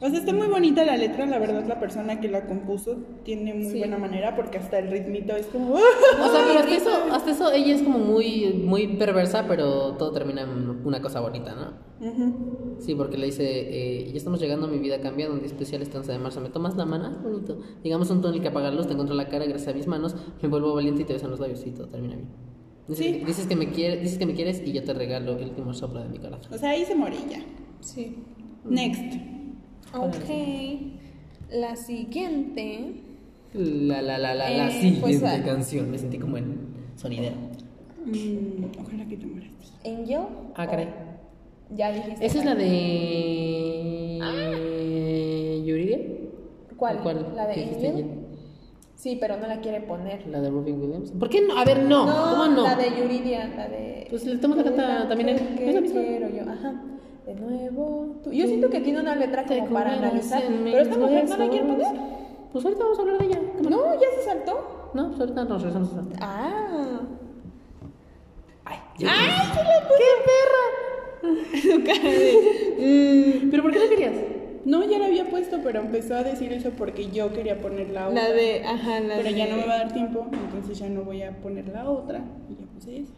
O sea, está muy bonita la letra, la verdad la persona que la compuso tiene muy Sí. buena manera porque hasta el ritmito es como... O sea, pero hasta eso, hasta eso ella es como muy, muy perversa, pero todo termina en una cosa bonita, ¿no? Ujú. Sí, porque le dice, eh, ya estamos llegando a mi vida cambia, donde especial estanza de marzo. ¿Me tomas la mano? Ah, bonito. Llegamos a un túnel que apaga la luz, te encuentro la cara gracias a mis manos, me vuelvo valiente y te besan los labios y todo termina bien. Dices, Sí. dices que me quieres, dices que me quieres y yo te regalo el último soplo de mi corazón. O sea, ahí se muere ya. Sí. Next. Ok. La siguiente. La la la la la Eh, siguiente pues, ah. canción. Me sentí como en sonidero. Mm, ojalá que te mueras. Angel. Ah, caray. Ya dijiste. Esa es la de. Yuridia. Ah. ¿Cuál? ¿Cuál? ¿La de que dijiste Angel? Sí, pero no la quiere poner. ayer? La de Robin Williams. ¿Por qué no? A ver, no. ¿Cómo no? La de Yuridia, la de. Pues le tomo la canta también él. ¿Qué Es la misma. quiero yo? Ajá. De nuevo. tú. Yo siento que tiene una letra Te como para comerás analizar. en Pero esta mis mujer no la huesos. quiere poner. Pues ahorita vamos a hablar de ella. ¿Cómo no? No, ya se saltó. No, pues ahorita nos regresamos a eso. Ah. Ay, ya. ¿Pero por qué no querías? No, ya la había puesto, pero empezó a decir eso porque yo quería poner la otra. La de. Ajá, la Pero de. ya no me va a dar tiempo, entonces ya no voy a poner la otra. Y ya puse esa.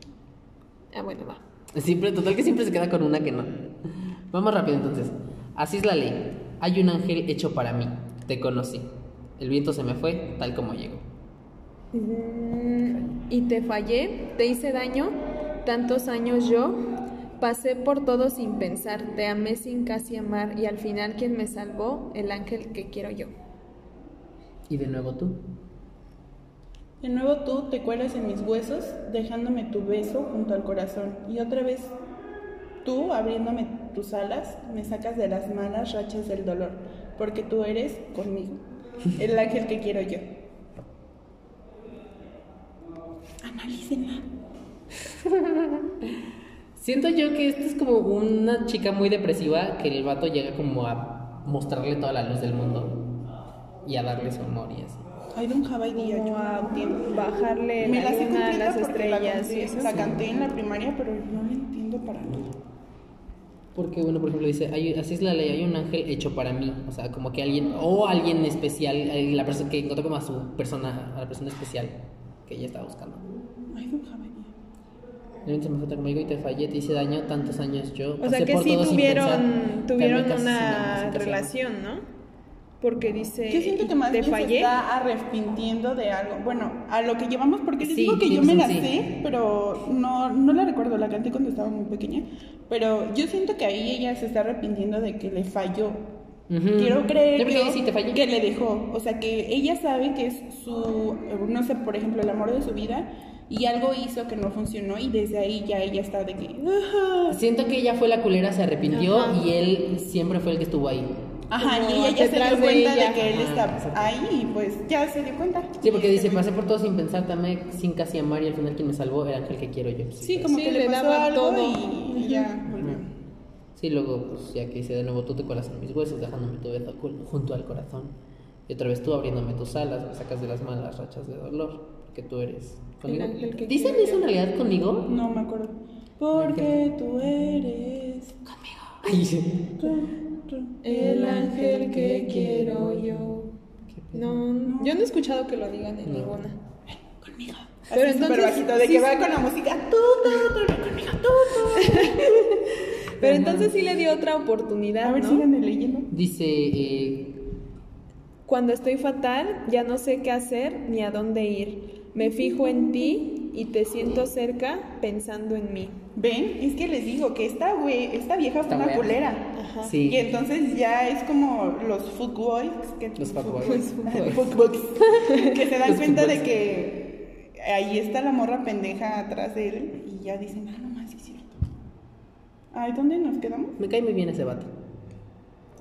Ah, bueno, va. Siempre, total que siempre se queda con una que no. Vamos rápido entonces. Así es la ley. Hay un ángel hecho para mí. Te conocí. El viento se me fue tal como llegó. Mm, Y te fallé, te hice daño, tantos años yo, pasé por todo sin pensar, te amé sin casi amar y al final quien me salvó, el ángel que quiero yo. Y de nuevo tú. De nuevo tú te cuelas en mis huesos, dejándome tu beso junto al corazón. Y otra vez tú, abriéndome tus alas, me sacas de las malas rachas del dolor, porque tú eres conmigo, el ángel que quiero yo. Analícenla. Siento yo que esta es como una chica muy depresiva que el vato llega como a mostrarle toda la luz del mundo y a darle su amor y así. I don't have idea, yo no entiendo. Bajarle Me la sé luna completa porque la canté, la canté en la primaria, pero no la entiendo para nada. Porque, bueno, por ejemplo, dice, "Hay- así es la ley, hay un ángel hecho para mí. O sea, como que alguien, o alguien especial, eh, la persona que encontró como a su persona, a la persona especial que ella estaba buscando. I don't have idea. De repente se me fue conmigo y te fallé, te hice daño, tantos años yo. O sea pasé que por sí todo sin tuvieron, pensar, tuvieron te amé casi sin una amor, sin casi amor". relación, ¿no? Porque dice, Yo siento que más te bien se fallé. está arrepintiendo de algo. Bueno, a lo que llevamos, porque les Sí, digo que yo me la Gibson, sí. sé, pero no, no la recuerdo, la canté cuando estaba muy pequeña. Pero yo siento que ahí ella se está arrepintiendo de que le falló. Ujú. Quiero creer De repente, yo sí, te fallé. que le dejó. O sea, que ella sabe que es su, no sé, por ejemplo, el amor de su vida. Y algo hizo que no funcionó y desde ahí ya ella está de que... "Ajá, Siento que ella fue la culera, se arrepintió y él siempre fue el que estuvo ahí. Ajá, como y ella ya se detrás dio de cuenta de, ella. que él Ajá, está exacto. ahí y pues ya se dio cuenta. Este, Sí, porque dice, pasé por todo sin pensar, también sin casi amar y al final quien me salvó era aquel que quiero yo. Sí, pues. como Sí, que le le, pasó daba algo todo. y, y ya volvió. Sí, luego, pues ya que hice de nuevo tú te colas en mis huesos, dejándome tu vez ocul- junto al corazón. Y otra vez tú abriéndome tus alas, me sacas de las malas rachas de dolor, que tú eres conmigo. ángel que ¿Dicen eso en realidad conmigo? No me acuerdo. Porque tú eres Ay, El ángel que quiero yo. No, yo no he escuchado que lo digan en No. ninguna. Pero Pero entonces, entonces, bajito, de sí, que sí. va con la música tú, tú, tú, conmigo, tú, tú. Pero entonces sí le di otra oportunidad, A ver, ¿no? síganme leyendo. dice, eh, Cuando estoy fatal, ya no sé qué hacer ni a dónde ir. Me fijo en ti y te siento cerca pensando en mí. Ven, es que les digo que esta güey, esta vieja fue Esta una wea. culera. sí, Y entonces ya es como los fuckboys que Los fuckboys. Fuckboys. Fuckboys. que se dan Los cuenta de fuckboys. que ahí está la morra pendeja atrás de él y ya dicen, "Ah, no más, sí es cierto." Ay, ¿dónde nos quedamos? me cae muy bien ese vato.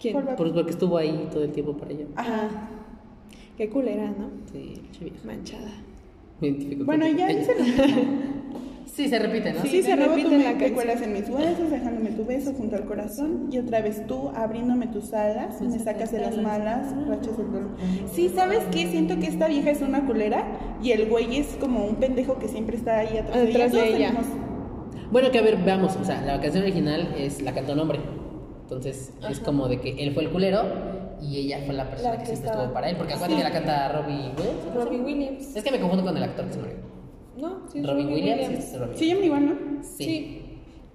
¿Quién? Ah. ¿Cuál va? Por- Porque estuvo ahí todo el tiempo para ella. Ajá. Qué culera, ¿no? Sí, che vieja. Manchada. Me identifico Bueno, contigo. ya Ay, dice la Sí, se repite, ¿no? Sí, Sí, se se repite tú en me- la te canción. cuelas en mis huesos, dejándome tu beso junto al corazón y otra vez tú abriéndome tus alas, Pues me sacas de las malas rachas del dolor. Sí, ¿sabes qué? Siento que esta vieja es una culera y el güey es como un pendejo que siempre está ahí atrás, Atrás de Todos ella. tenemos- Bueno, que a ver, veamos. O sea, la canción original es la cantó un hombre. Entonces, es como de que él fue el culero y ella fue la persona La que, que siempre estaba- estuvo para él. Porque acuérdate que la canta Robbie Williams. ¿no? Robin Williams. Es que me confundo con el actor que se murió. No, sí es Robin Williams. este Es Robin. Se llama igual, ¿no? Sí.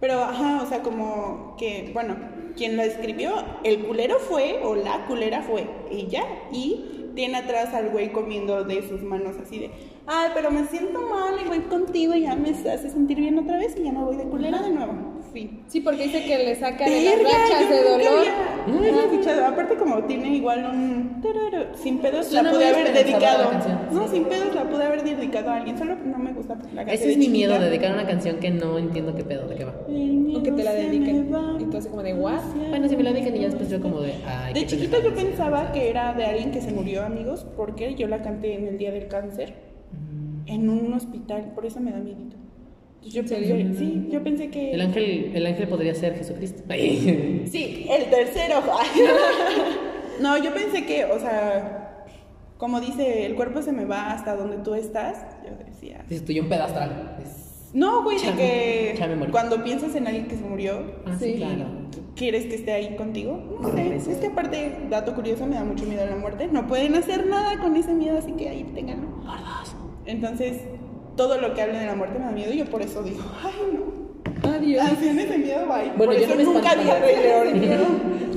Pero, ajá, o sea, como que, bueno, quien lo escribió, el culero fue, o la culera fue ella, y tiene atrás al güey comiendo de sus manos así de, ay, pero me siento mal, y voy contigo, y ya me hace sentir bien otra vez, y ya me voy de culera de nuevo. Fin. Sí, porque dice que le saca de las Verga, rachas yo de nunca dolor. había- No había escuchado. Aparte, como tiene igual un. tararo, Sin pedos Suena la pude muy haber esperanzadora dedicado. la canción. No, sin pedos la pude haber dedicado a alguien. Solo no me gusta la canción. Ese es mi miedo, dedicar una canción que no entiendo qué pedo, de qué va. O que te la dediquen. Y tú así como de, ¿what? Bueno, si me la dedican y ya después pues yo como de... Ay, De qué chiquita yo pendejada. pensaba que era de alguien que se murió, amigos, porque yo la canté en el día del cáncer en un hospital, por eso me da miedito. Yo pensé, sí, yo pensé que El ángel, el ángel podría ser Jesucristo. Ay. Sí, el tercero. no, yo pensé que, o sea, como dice, el cuerpo se me va hasta donde tú estás. Yo decía. Dices tú, yo un pedastral. Es- No, güey, de Chale, chale, que morí. cuando piensas en alguien que se murió, Ah, sí, claro. ¿quieres que esté ahí contigo? No sé. Es que aparte, dato curioso, me da mucho miedo a la muerte. No pueden hacer nada con ese miedo, así que ahí ténganlo. Entonces, todo lo que hable de la muerte me da miedo y yo por eso digo, ay, no. Adiós. Canciones de miedo, bye. Bueno, por yo eso no me nunca espanto vi a con la- Rey León. ¿no?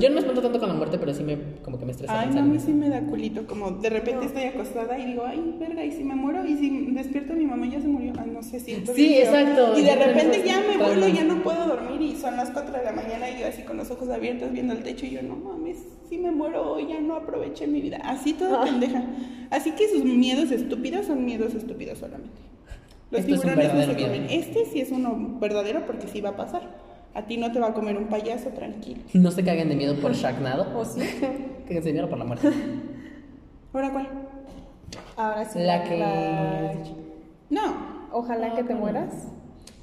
Yo no me espanto tanto con la muerte, pero sí me, como que me estresa Ay, no, pensar a en mí eso. sí me da culito, como de repente estoy acostada y digo, ay, verga, y si me muero, y si despierto mi mamá ya se murió, ay, no sé, siento Sí, bien feo. exacto, Y de yo también repente soy ya me traumas. vuelo, ya no puedo dormir, y son las 4 de la mañana, y yo así con los ojos abiertos viendo el techo, y yo, no mames, si me muero hoy, ya no aproveché mi vida, así toda Ah. pendeja. Así que sus miedos estúpidos son miedos estúpidos solamente. Los Esto es un tiburones no se verdadero comen. miedo. Este sí es uno verdadero porque sí va a pasar. A ti no te va a comer un payaso, tranquilo. No se caguen de miedo por Ah. Sharknado. O sí. Cáguense de miedo por la muerte. ¿Ahora cuál? Ahora sí. La que... No, Ojalá que te mueras.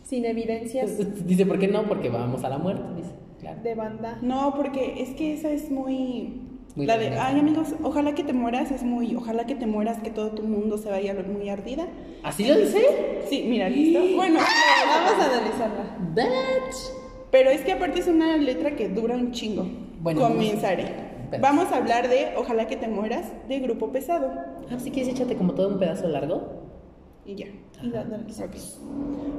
Sin evidencias Dice, ¿por qué no? Porque vamos a la muerte, dice. Claro. de banda. No, porque es que esa es muy... Muy la de, bonita. ay amigos, ojalá que te mueras, es muy, ojalá que te mueras, que todo tu mundo se vaya muy ardida. ¿Así lo dice? Sí, mira, listo. Bueno, Vamos a analizarla. That. pero es que aparte es una letra que dura un chingo. Bueno, Comenzaré. pero- Vamos a hablar de Ojalá que te mueras de Grupo Pesado. Ah, si quieres, échate como todo un pedazo largo. Y ya. Y la analizamos.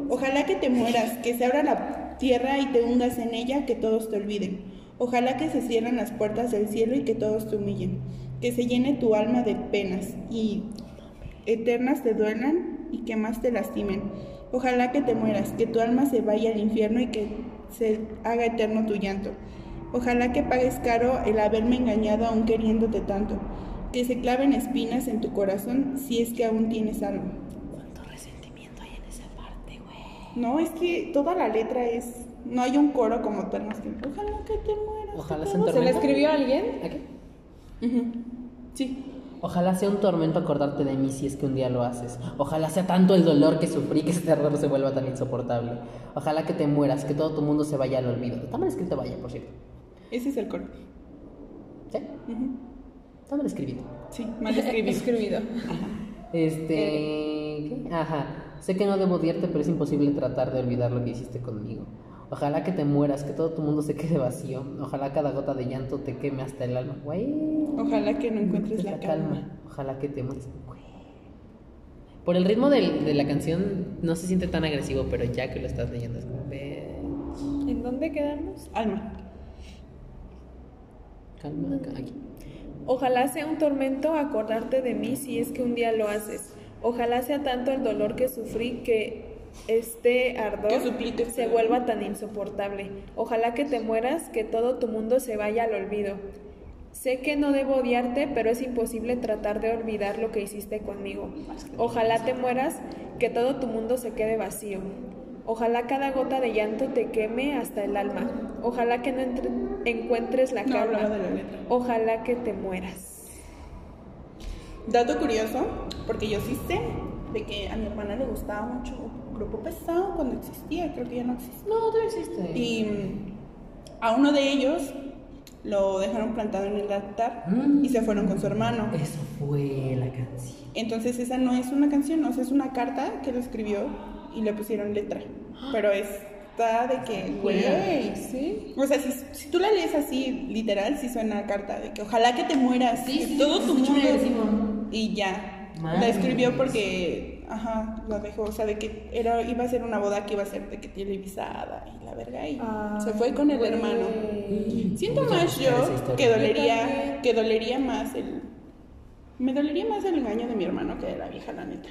Ok. Ojalá que te mueras, que se abra la tierra y te hundas en ella, que todos te olviden. Ojalá que se cierren las puertas del cielo y que todos te humillen. Que se llene tu alma de penas y eternas te duelan y que más te lastimen. Ojalá que te mueras, que tu alma se vaya al infierno y que se haga eterno tu llanto. Ojalá que pagues caro el haberme engañado aún queriéndote tanto. Que se claven espinas en tu corazón si es que aún tienes algo. Cuánto resentimiento hay en esa parte, güey. No, es que toda la letra es. No hay un coro como tal. Más que, Ojalá que te mueras. Ojalá te se mueras". ¿Se la escribió alguien? ¿A qué? Ujú. Sí. Ojalá sea un tormento acordarte de mí si es que un día lo haces. Ojalá sea tanto el dolor que sufrí que ese terror se vuelva tan insoportable. Ojalá que te mueras, que todo tu mundo se vaya al olvido. Está mal escrito vaya, por cierto. Ese es el coro. ¿Sí? Ujú. Está mal escrito. Sí, mal escribí. Escribido. Este. ¿qué? Ajá. Sé que no debo odiarte, pero es imposible tratar de olvidar lo que hiciste conmigo. Ojalá que te mueras, que todo tu mundo se quede vacío. Ojalá cada gota de llanto te queme hasta el alma. Güey. Ojalá que no encuentres la la calma. calma. Ojalá que te mueras. Güey. Por el ritmo del- de la canción no se siente tan agresivo, pero ya que lo estás leyendo es como, "Ve, ¿En dónde quedamos? Alma. calma, ca- aquí. Ojalá sea un tormento acordarte de mí si es que un día lo haces. Ojalá sea tanto el dolor que sufrí que este Que ardor suplique. se vuelva tan insoportable. Ojalá que te mueras, que todo tu mundo se vaya al olvido. Sé que no debo odiarte, pero es imposible tratar de olvidar lo que hiciste conmigo. Oh. Ojalá te mueras, que todo tu mundo se quede vacío. Ojalá cada gota de llanto te queme hasta el alma. Ojalá que no entre- encuentres Ah, la No calma. hablaba de la letra. Ojalá que te mueras. Dato curioso, porque yo sí sé de que a mi hermana le gustaba mucho Grupo Pesado cuando existía, creo que ya no existe. No, tú existe. Y mm, a uno de ellos lo dejaron plantado en el altar Mm. y se fueron con su hermano. Eso fue la canción. Entonces esa no es una canción, o sea, es una carta que lo escribió y le pusieron letra. Pero está de que, güey, ¿Sí? o sea, si, si tú la lees así, literal, sí suena a carta de que ojalá que te mueras, Sí, que sí, todo sí, tu escucha mundo agresivo. y ya. La Madre. escribió porque, ajá, la dejó, o sea, de que era iba a ser una boda que iba a ser de que televisada y la verga y Ah, se fue con el hermano. Eh, Siento Voy a más buscar yo esa historia. que Yo dolería, también. que dolería más el me dolería más el engaño de mi hermano que de la vieja, la neta.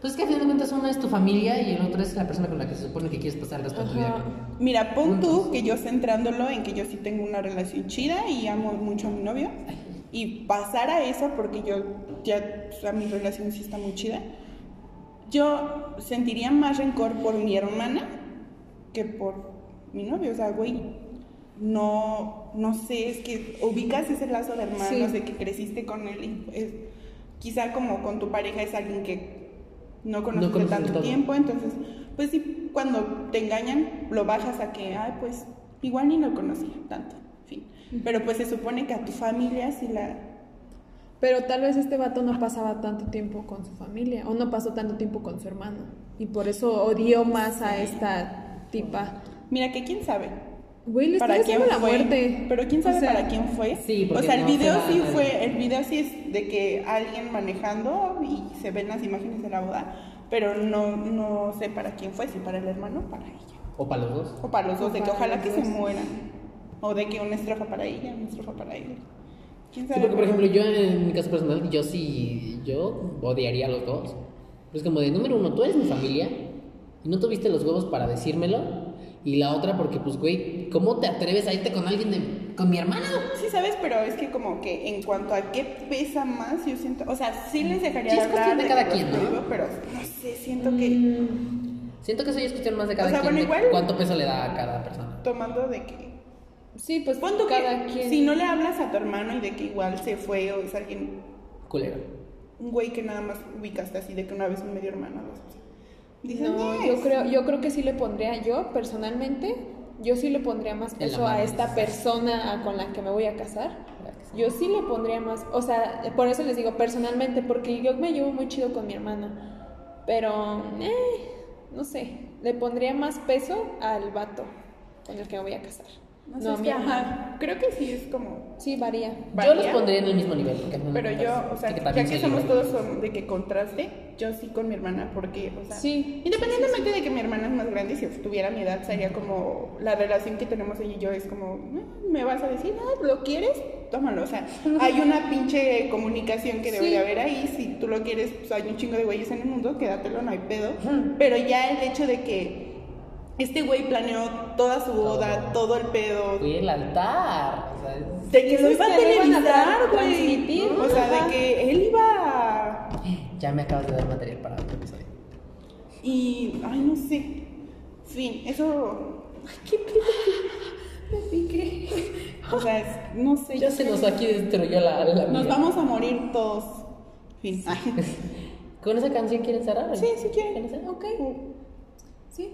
Pues es que a fin de cuentas uno es tu familia y el otro es la persona con la que se supone que quieres pasar el resto de tu vida. ¿no? Mira, pon tú que yo centrándolo en que yo sí tengo una relación chida y amo mucho a mi novio. Y pasar a eso porque yo ya, o sea, mi relación sí está muy chida. Yo sentiría más rencor por mi hermana que por mi novio. O sea, güey, no, no sé, es que ubicas ese lazo de hermanos Sí. de que creciste con él. Y es- quizá como con tu pareja es alguien que no conoces, No conoces de tanto del todo. tiempo, entonces, pues sí, cuando te engañan, lo bajas a que, ay, pues igual ni lo conocía tanto, en fin. Pero pues se supone que a tu familia sí la... Pero tal vez este vato no pasaba tanto tiempo con su familia o no pasó tanto tiempo con su hermano y por eso odió más a esta tipa. Mira que quién sabe. Güey, le está ¿Para quién haciendo la fue? muerte. Pero quién sabe O sea, para quién fue. Sí, o porque sea, el no video será sí nadie. fue, el video sí es de que alguien manejando y se ven las imágenes de la boda, pero no, no sé para quién fue, si para el hermano o para ella. O para los dos. O para los dos, de que para ojalá los que dos. se mueran. O de que una estrofa para ella, una estrofa para él. ¿Quién Sí, porque por ejemplo yo en mi caso personal, yo sí, yo odiaría a los dos. Pero es como de número uno, tú eres mi familia y no tuviste los huevos para decírmelo. Y la otra porque pues güey, ¿cómo te atreves a irte con alguien de, con mi hermano? Sí, sabes, pero es que como que en cuanto a qué pesa más, yo siento... O sea, sí les dejaría Sí, es hablar cuestión de que cada los quien, ¿no? prohíbo, Pero no Mm. sé, siento que Siento que eso ya es cuestión más de cada O sea, quien, bueno, de igual- cuánto peso le da a cada persona. tomando de que... Sí, pues Pon tú que cada quien. si no le hablas a tu hermano y de que igual se fue o es alguien... Culero. Un güey que nada más ubicaste así de que una vez un medio hermano. dos, así. Dices, No, "Yes". yo creo, yo creo que sí le pondría, yo personalmente, yo sí le pondría más En la peso a mano. esta persona a- con la que me voy a casar. Yo sí le pondría más, o sea, por eso les digo personalmente, porque yo me llevo muy chido con mi hermana, pero, eh, no sé, le pondría más peso al vato con el que me voy a casar. No sé, No, es mi que, hermana. ajá, creo que sí es como... Sí, varía. Varía. Yo los pondría en el mismo nivel. porque al final Pero de yo, cuentas, o sea, sí ya también que soy somos libre. todos son de que contraste, yo sí con mi hermana, porque, o sea, Sí, independientemente de que mi hermana es más grande, si tuviera mi edad, sería como la relación que tenemos ella y yo es como, "Ah, me vas a decir, ah, lo quieres, tómalo. O sea, hay una pinche comunicación que debe Sí. de haber ahí. Si tú lo quieres, pues hay un chingo de güeyes en el mundo, quédatelo, no hay pedo. Pero ya el hecho de que este güey planeó toda su boda, todo el pedo, Güey, el altar. O sea, es- de que lo Sí, iba a que lo iban a televisar, tra- güey. transmitir, O sea, ajá. de que él iba. a- Ya me acabas de dar material para otro episodio. Y, ay, no sé. Fin, eso. Ay, qué pedo. Me piqué. O sea, es- no sé. Ya se nos aquí destruyó la, la Nos vida. vamos a morir todos. Fin. Ay. ¿Con esa canción quieren cerrar? Sí, sí quieren. ¿Quieren cerrar? Ok. Sí.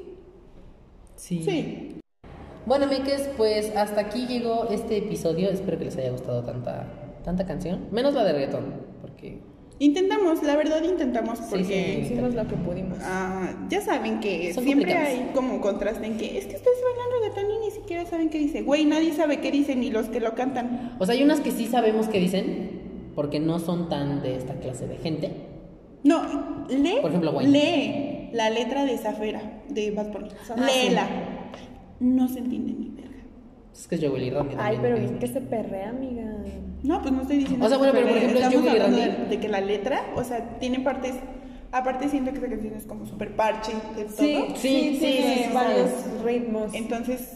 Sí. Sí. Bueno, amigues, pues hasta aquí llegó este episodio. Espero que les haya gustado tanta, tanta canción. Menos la de reggaetón, porque... Intentamos, la verdad intentamos Sí, porque sí. Hicimos lo que pudimos. ah, ya saben que Son siempre complicados. hay como contraste en que es que ustedes bailan reggaetón y ni siquiera saben qué dice. Güey, nadie sabe qué dice ni los que lo cantan. O sea, hay unas que sí sabemos que dicen, porque no son tan de esta clase de gente. No, lee, Por ejemplo, Wayne. lee la letra de Zafera de Bad Bunny. Ah, Léela. No se entiende ni verga. Es que es Joel y Randy Ay, también, pero ¿no? es que se perrea, amiga. No, pues no estoy diciendo. O sea, bueno, pero por ejemplo, es estamos Yuri hablando Randy. de, de que la letra, o sea, tiene partes. Aparte siento que esa canción es como súper parche de todo. sí, tiene sí, sí, sí. varios ritmos. Entonces,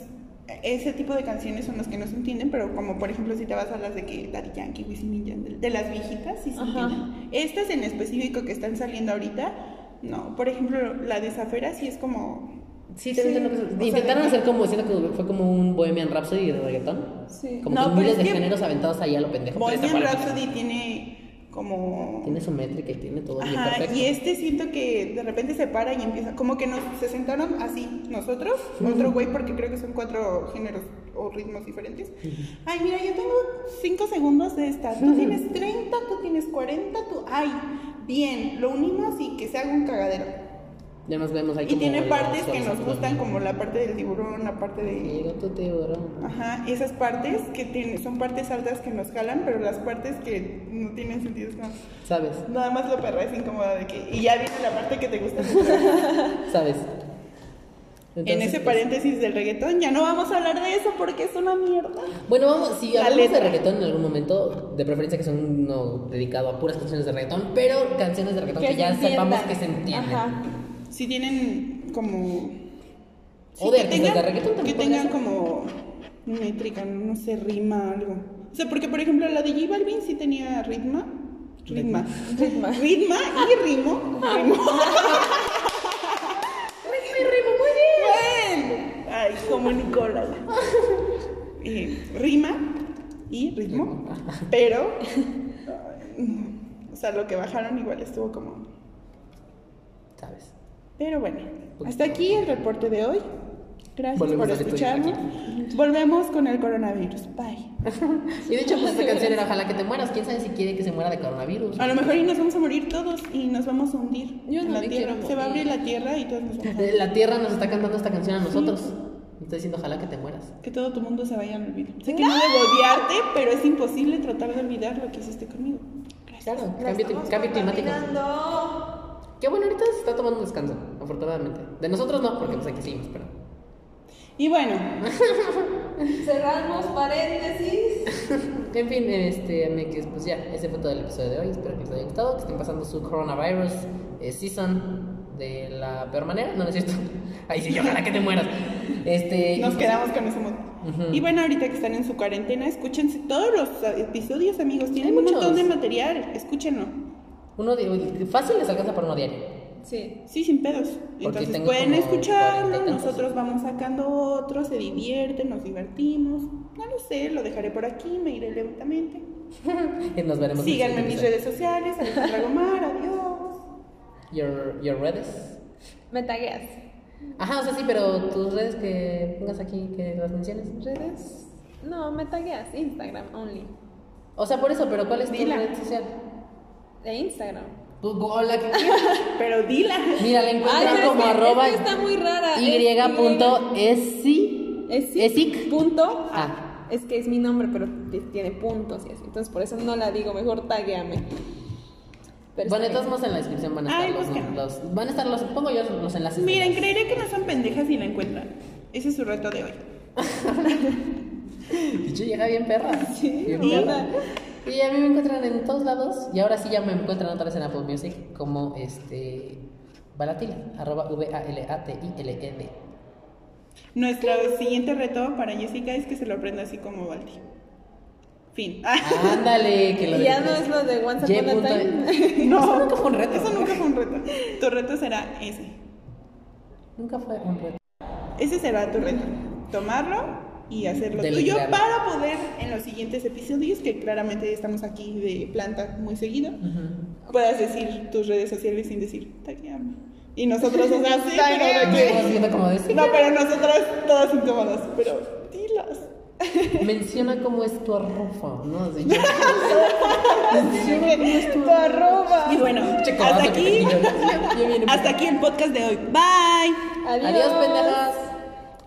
ese tipo de canciones son las que no se entienden, pero como por ejemplo si te vas a las de que Daddy Yankee, Wisin y Yandel, de las viejitas, sí se Ajá. entienden. Estas en específico que están saliendo ahorita, no. Por ejemplo, la de Zafera sí es como... Sí, te entiendo Sí. que- O sea, Intentaron de- hacer como, siento que fue como un Bohemian Rhapsody de reggaetón. Sí. Como No, que pero miles es de que- géneros aventados ahí a lo pendejo. pero está Bohemian para- Rhapsody tiene como... Tiene su métrica y tiene todo bien Ajá, perfecto. y este siento que de repente se para y empieza, como que nos, se sentaron así, nosotros, otro güey, porque creo que son cuatro géneros o ritmos diferentes. Ay, mira, yo tengo cinco segundos de esta, tú tienes 30, tú tienes 40, tú, ay, bien, lo unimos y que se haga un cagadero. Ya nos vemos ahí Y tiene los partes que nos hombres, gustan, ¿no? como la parte del tiburón, la parte de... Llegó tu tiburón. Ajá, esas partes que tienen, son partes altas que nos jalan, pero las partes que no tienen sentido es como... ¿Sabes? Nada más la perra es incómoda de que. Y ya viene la parte que te gusta. ¿Sabes? en Entonces, ese pues, paréntesis del reggaetón, ya no vamos a hablar de eso porque es una mierda. Bueno, vamos, si La hablamos de letra. reggaetón en algún momento, de preferencia que son no dedicado a puras canciones de reggaetón, pero canciones de reggaetón que, Que ya se sepamos entiendan. que se entienden. Ajá. Si tienen como. sí, O de que artistas pues, de reggaetón también Que podría tengan ser. como. métrica, no sé, rima, algo. O sea, porque por ejemplo la de J Balvin sí tenía ritma. Ritma. Ritma. Ritma y rimo. Rimo. muy bien. Ay, como Nicola. Eh, rima y ritmo, pero, ay, o sea, lo que bajaron igual estuvo como... ¿Sabes? Pero bueno, hasta aquí el reporte de hoy. Gracias Volvemos por a que tú digas escucharnos. Volvemos con el coronavirus. Bye. Y de hecho, pues esta canción era Ojalá que te mueras. ¿Quién sabe si quiere que se muera de coronavirus? A lo mejor y nos vamos a morir todos y nos vamos a hundir. Yo en no la me tierra. quiero Se va a abrir morir. la tierra y todos nos vamos a... Eh, La tierra nos está cantando esta canción a nosotros. Está diciendo Ojalá que te mueras. Que todo tu mundo se vaya al olvido. Sé que no debo odiarte, pero es imposible tratar de olvidar lo que hiciste conmigo. Claro, cambio, cli- cambio climático. Qué bueno, ahorita se está tomando un descanso, afortunadamente. De nosotros no, porque pues aquí seguimos, pero. Y bueno, Cerramos paréntesis. En fin, este, amigues, pues ya, ese fue todo el episodio de hoy. Espero que les haya gustado, que estén pasando su coronavirus eh, season de la peor manera. No, no es cierto. Ahí sí, ojalá que te mueras. Este, y Nos pues, quedamos con ese mood. Ujú. Y bueno, ahorita que están en su cuarentena, escúchense todos los a, episodios, amigos. Tienen Hay un muchos. montón de material. Escúchenlo. Uno di- fácil les alcanza para uno diario. Sí. Sí, sin pedos. Entonces tengo pueden como cuarenta y escucharlo. tantos. Nosotros vamos sacando otros. Se divierten, nos divertimos. No lo sé, lo dejaré por aquí. Me iré lentamente. Y nos veremos. en el Síganme en mis siguiente redes sociales. Alejandra Gomar, adiós. episodio. Your, your redes. Me tagueas. Ajá, o sea, sí, pero tus redes que pongas aquí, que las menciones. ¿Redes? No, me tagueas. Instagram only. O sea, por eso, pero ¿cuál es tu Dila. red social? De Instagram. Tu gola, que- Pero dila. Mira, la Ay, encuentran pero como es que- arroba es que está muy rara. y punto es Es esic. Punto. Ah. Es que es mi nombre, pero t- tiene puntos y así. Entonces por eso no la digo. Mejor tagueame. Pero Bueno, de está todos modos en la descripción van a estar Ay, los, busca. los- Van a estar los. Pongo yo los enlaces. de Miren, las- creeré que no son pendejas y la encuentran. Ese es su reto de hoy. Y yo llega bien perra. Bien ¿Y? perra. Y a mí me encuentran en todos lados. Y ahora sí ya me encuentran otra vez en Apple Music como este. Balatila. Arroba V-A-L-A-T-I-L-E-D. Nuestro siguiente reto para Jessica es que se lo aprenda así como Balti. Fin. Ah, Ándale, que lo bien. Y ya no dejes. es lo de Once Y Upon a punto- Time. No, Eso nunca fue un reto. Eso nunca fue un reto. Tu reto será ese. Nunca fue un reto. Ese será tu reto. Tomarlo y hacerlo tuyo Deliberarlo. para poder en los siguientes episodios, que claramente estamos aquí de planta muy seguido, puedas decir tus redes sociales sin decir tagueame. Y nosotros, o sea, sí, pero de Estamos viendo como decir. que- No, pero nosotros todos incómodos, pero dilos. Menciona cómo es tu arrofa, ¿no? Así, yo- Tu arroba. Y bueno, Checo, hasta vato que te aquí, pillo. Ya viene. hasta aquí el podcast de hoy. Bye. Adiós, pendejas.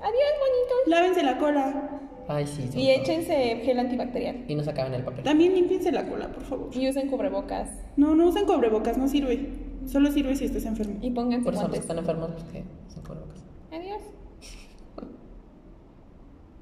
Adiós, bonitos. Lávense la cola. Ay, sí. son Y échense gel antibacterial. todos. Y nos acaban el papel. También límpiense la cola, por favor. Y usen cubrebocas. No, no usen cobrebocas, no sirve. Solo sirve si estás enfermo. Y pónganse Por eso los que guantes. están enfermos, pues que se cubrebocas. Adiós.